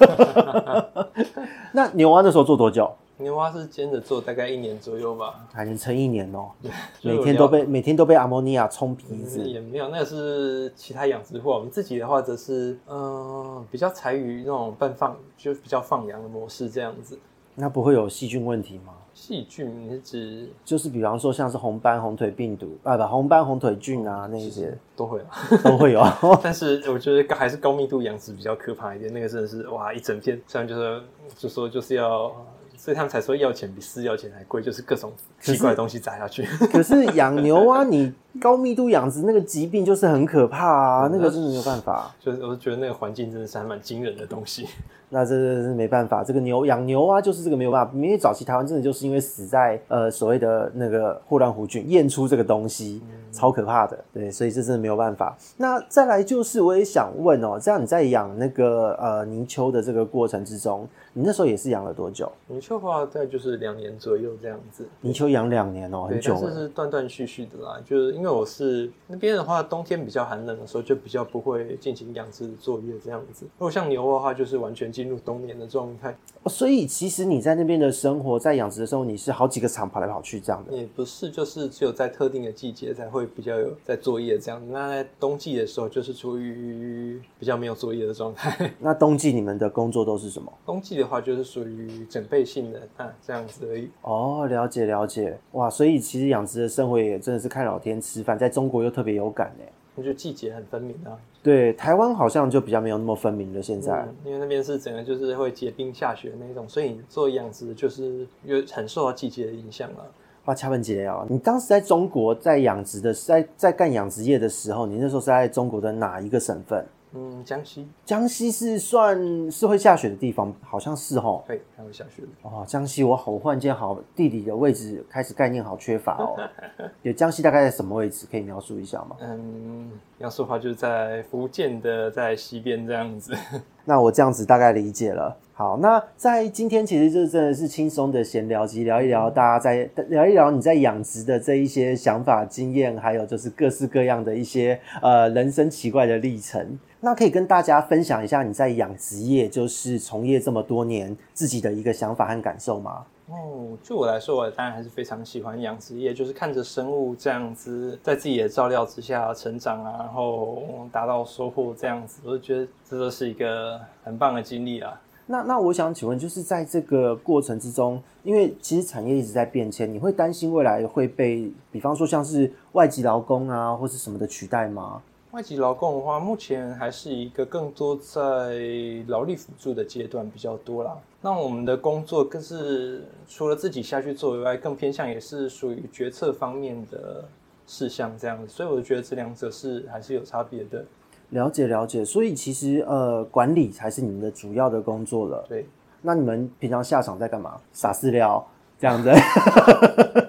那牛蛙那时候做多久？牛蛙是兼着做大概一年左右吧，还能撑一年哦、就是嗯每我天聊都被每天都被阿莫尼亚冲鼻子。也没有，那个是其他养殖户。我们自己的话则是，嗯、比较采鱼那种半放，就比较放养的模式这样子。那不会有细菌问题吗？细菌你是指就是比方说像是红斑红腿病毒啊，不红斑红腿菌啊那一些都会 啦，都会有。啊但是我觉得高还是高密度养殖比较可怕一点。那个真的是哇，一整片，虽然就是就说就是要，所以他们 才说要钱比私药钱还贵，就是各种奇怪的东西砸下去。可是养牛蛙，你高密度养殖那个疾病就是很可怕嗯啊，那个真的没有办法。就是我觉得那个环境真的是还蛮惊人的东西。那这真的是没办法，这个牛养牛啊，就是这个没有办法。因为早期台湾真的就是因为死在呃所谓的那个霍乱弧菌验出这个东西，嗯超可怕的。对，所以这真的没有办法。那再来就是我也想问哦，这样你在养那个呃泥鳅的这个过程之中，你那时候也是养了多久？泥鳅的话，大概就是两年左右这样子。泥鳅养两年哦，很对，久但是了。是断断续续的啦，就是因为我是那边的话，冬天比较寒冷的时候，就比较不会进行养殖作业这样子。如果像牛的话，就是完全进入冬眠的状态，哦所以其实你在那边的生活，在养殖的时候，你是好几个厂跑来跑去这样的。也不是就是只有在特定的季节才会比较有在作业这样。那在冬季的时候，就是处于比较没有作业的状态。 那冬季你们的工作都是什么？冬季的话，就是属于准备性的啊这样子而已。哦，了解了解，哇，所以其实养殖的生活也真的是看老天吃饭，在中国又特别有感哎。那就季节很分明啊，对，台湾好像就比较没有那么分明了。现在、嗯，因为那边是整个就是会结冰下雪那种，所以你做养殖就是有很受到季节的影响啊了。哇，恰文姐哦，你当时在中国在养殖的，在在干养殖业的时候，你那时候是在中国的哪一个省份？嗯，江西江西是算是会下雪的地方，好像是哦。对，还有下雪的。哦，江西我好，我忽然间好地理的位置开始概念好缺乏 哦。对，江西大概在什么位置？可以描述一下吗？嗯，要说的话就是在福建的在西边这样子。那我这样子大概理解了。好，那在今天其实就真的是轻松的闲聊集，聊一聊大家在聊一聊你在养殖的这一些想法、经验，还有就是各式各样的一些呃人生奇怪的历程。那可以跟大家分享一下你在养殖业就是从业这么多年自己的一个想法和感受吗？哦，就我来说，我当然还是非常喜欢养殖业，就是看着生物这样子在自己的照料之下成长啊，然后达到收获这样子，我就觉得这都是一个很棒的经历啊。那那我想请问，就是在这个过程之中，因为其实产业一直在变迁，你会担心未来会被，比方说像是外籍劳工啊或是什么的取代吗？外籍劳工的话，目前还是一个更多在劳力辅助的阶段比较多啦。那我们的工作更是除了自己下去做以外，更偏向也是属于决策方面的事项这样子，所以我觉得这两者是还是有差别的。了解了解，所以其实呃，管理才是你们的主要的工作了。对，那你们平常下场在干嘛？撒饲料这样子？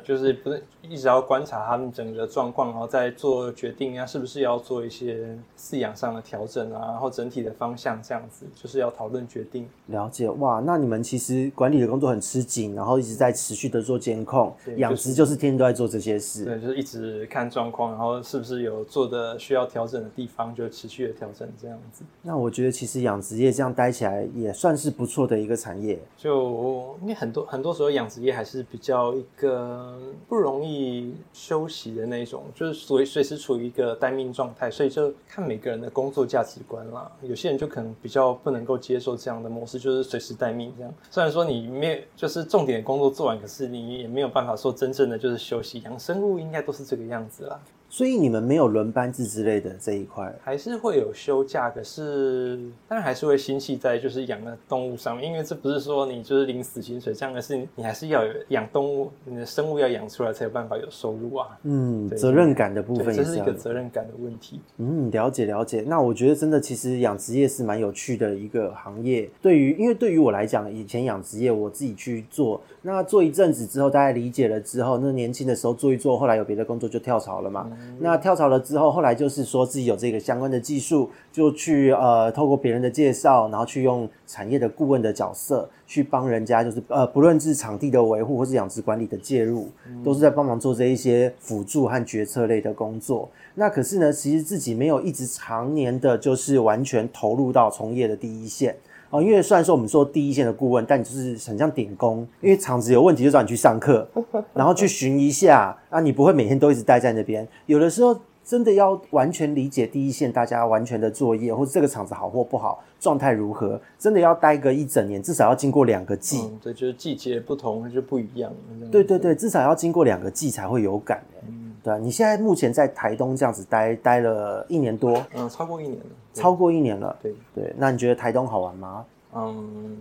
就是不是一直要观察他们整个状况，然后再做决定啊，是不是要做一些饲养上的调整啊，然后整体的方向这样子，就是要讨论决定。了解哇，那你们其实管理的工作很吃紧，然后一直在持续的做监控，对养就是殖就是天天都在做这些事。对，就是一直看状况，然后是不是有做的需要调整的地方，就持续的调整这样子。那我觉得其实养殖业这样待起来也算是不错的一个产业。就因为很多很多时候养殖业还是比较一个不容易休息的那一种，就是随随时处于一个待命状态，所以就看每个人的工作价值观啦。有些人就可能比较不能够接受这样的模式，就是随时待命这样。虽然说你没有就是重点的工作做完，可是你也没有办法说真正的就是休息。养生物应该都是这个样子啦。所以你们没有轮班制之类的这一块，还是会有休假，可是当然还是会心系在就是养的动物上面，因为这不是说你就是领死薪水这样，而是你还是要有养动物，你的生物要养出来才有办法有收入啊。嗯，对责任感的部对，分也这是是一要个有。责任感的问题。嗯，了解了解。那我觉得真的，其实养殖业是蛮有趣的一个行业。对于，因为对于我来讲，以前养殖业我自己去做，那做一阵子之后，大家理解了之后，那年轻的时候做一做，后来有别的工作就跳槽了嘛。那跳槽了之后，后来就是说自己有这个相关的技术，就去呃透过别人的介绍，然后去用产业的顾问的角色去帮人家，就是呃不论是场地的维护或是养殖管理的介入，都是在帮忙做这一些辅助和决策类的工作。那可是呢，其实自己没有一直常年的，就是完全投入到从业的第一线哦。因为虽然说我们说第一线的顾问，但你就是很像点工，因为厂子有问题就找你去上课，然后去巡一下啊，你不会每天都一直待在那边。有的时候真的要完全理解第一线大家完全的作业，或者这个厂子好或不好，状态如何，真的要待个一整年，至少要经过两个季。嗯，对，就是季节不同就不一样。这样对对对，至少要经过两个季才会有感、欸。嗯对啊，你现在目前在台东这样子待待了一年多，嗯，超过一年了。对超过一年了。对，对，那你觉得台东好玩 吗？嗯，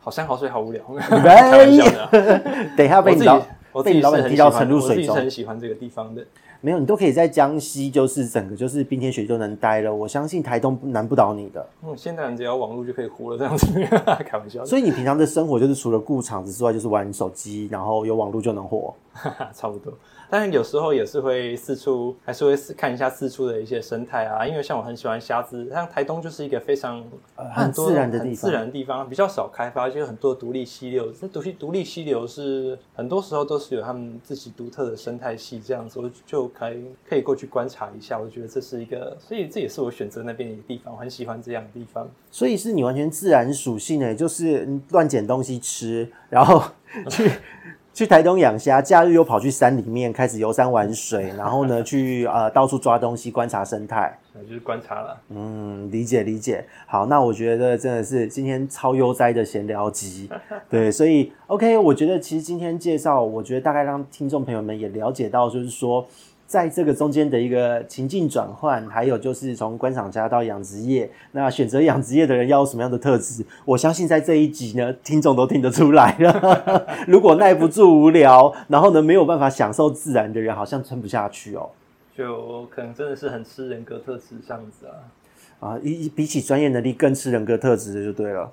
好山好水 好无聊，没开玩笑的啊。等一下我被自你己老我自哎被己你老是板很踢喜到欢沉入我自水己是中。很喜欢这个地方的。没有，你都可以在江西，就是整个就是冰天雪地都能待了。我相信台东难不倒你的。嗯，现在人只要网络就可以糊了，这样子， 开玩笑，所以你平常的生活就是除了顾场子之外，就是玩手机，然后有网络就能活。 差不多。但是有时候也是会四处，还是会四看一下四处的一些生态啊，因为像我很喜欢虾子，像台东就是一个非常、呃、很多自然的地很方自然的地方比较少开发，就是很多独立溪流。这独立独立溪流是很多时候都是有他们自己独特的生态系，这样子我就可以可以过去观察一下。我觉得这是一个，所以这也是我选择那边的一个地方，我很喜欢这样的地方。所以是你完全自然属性的，就是你乱捡东西吃，然后 去去台东养虾，假日又跑去山里面开始游山玩水，然后呢去呃到处抓东西，观察生态。那就是观察了，嗯，理解理解。好，那我觉得真的是今天超悠哉的闲聊集，对，所以 OK，我觉得其实今天介绍，我觉得大概让听众朋友们也了解到，就是说。在这个中间的一个情境转换，还有就是从观赏家到养殖业，那选择养殖业的人要有什么样的特质？我相信在这一集呢，听众都听得出来了。 如果耐不住无聊，然后呢没有办法享受自然的人，好像撑不下去哦。就可能真的是很吃人格特质这样子啊，啊，一一比起专业能力更吃人格特质的就对了。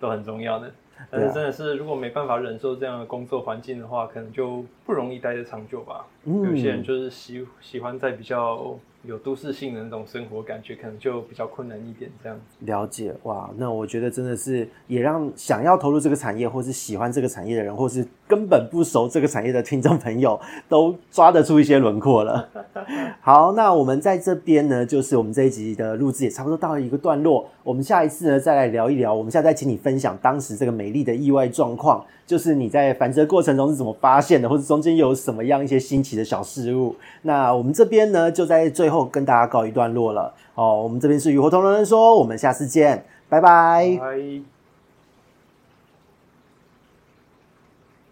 都很重要的。但是真的是，如果没办法忍受这样的工作环境的话，可能就不容易待得长久吧。有些人就是喜喜欢在比较有都市性的那种生活感觉，可能就比较困难一点这样子。了解哇，那我觉得真的是也让想要投入这个产业，或是喜欢这个产业的人，或是根本不熟这个产业的听众朋友，都抓得出一些轮廓了。 好，那我们在这边呢，就是我们这一集的录制也差不多到了一个段落。我们下一次呢，再来聊一聊，我们下次再请你分享当时这个美丽的意外状况，就是你在繁殖的过程中是怎么发现的，或者中间有什么样一些新奇的小事物。那我们这边呢，就在最后跟大家告一段落了。哦，我们这边是雨活同人说，我们下次见，拜拜拜。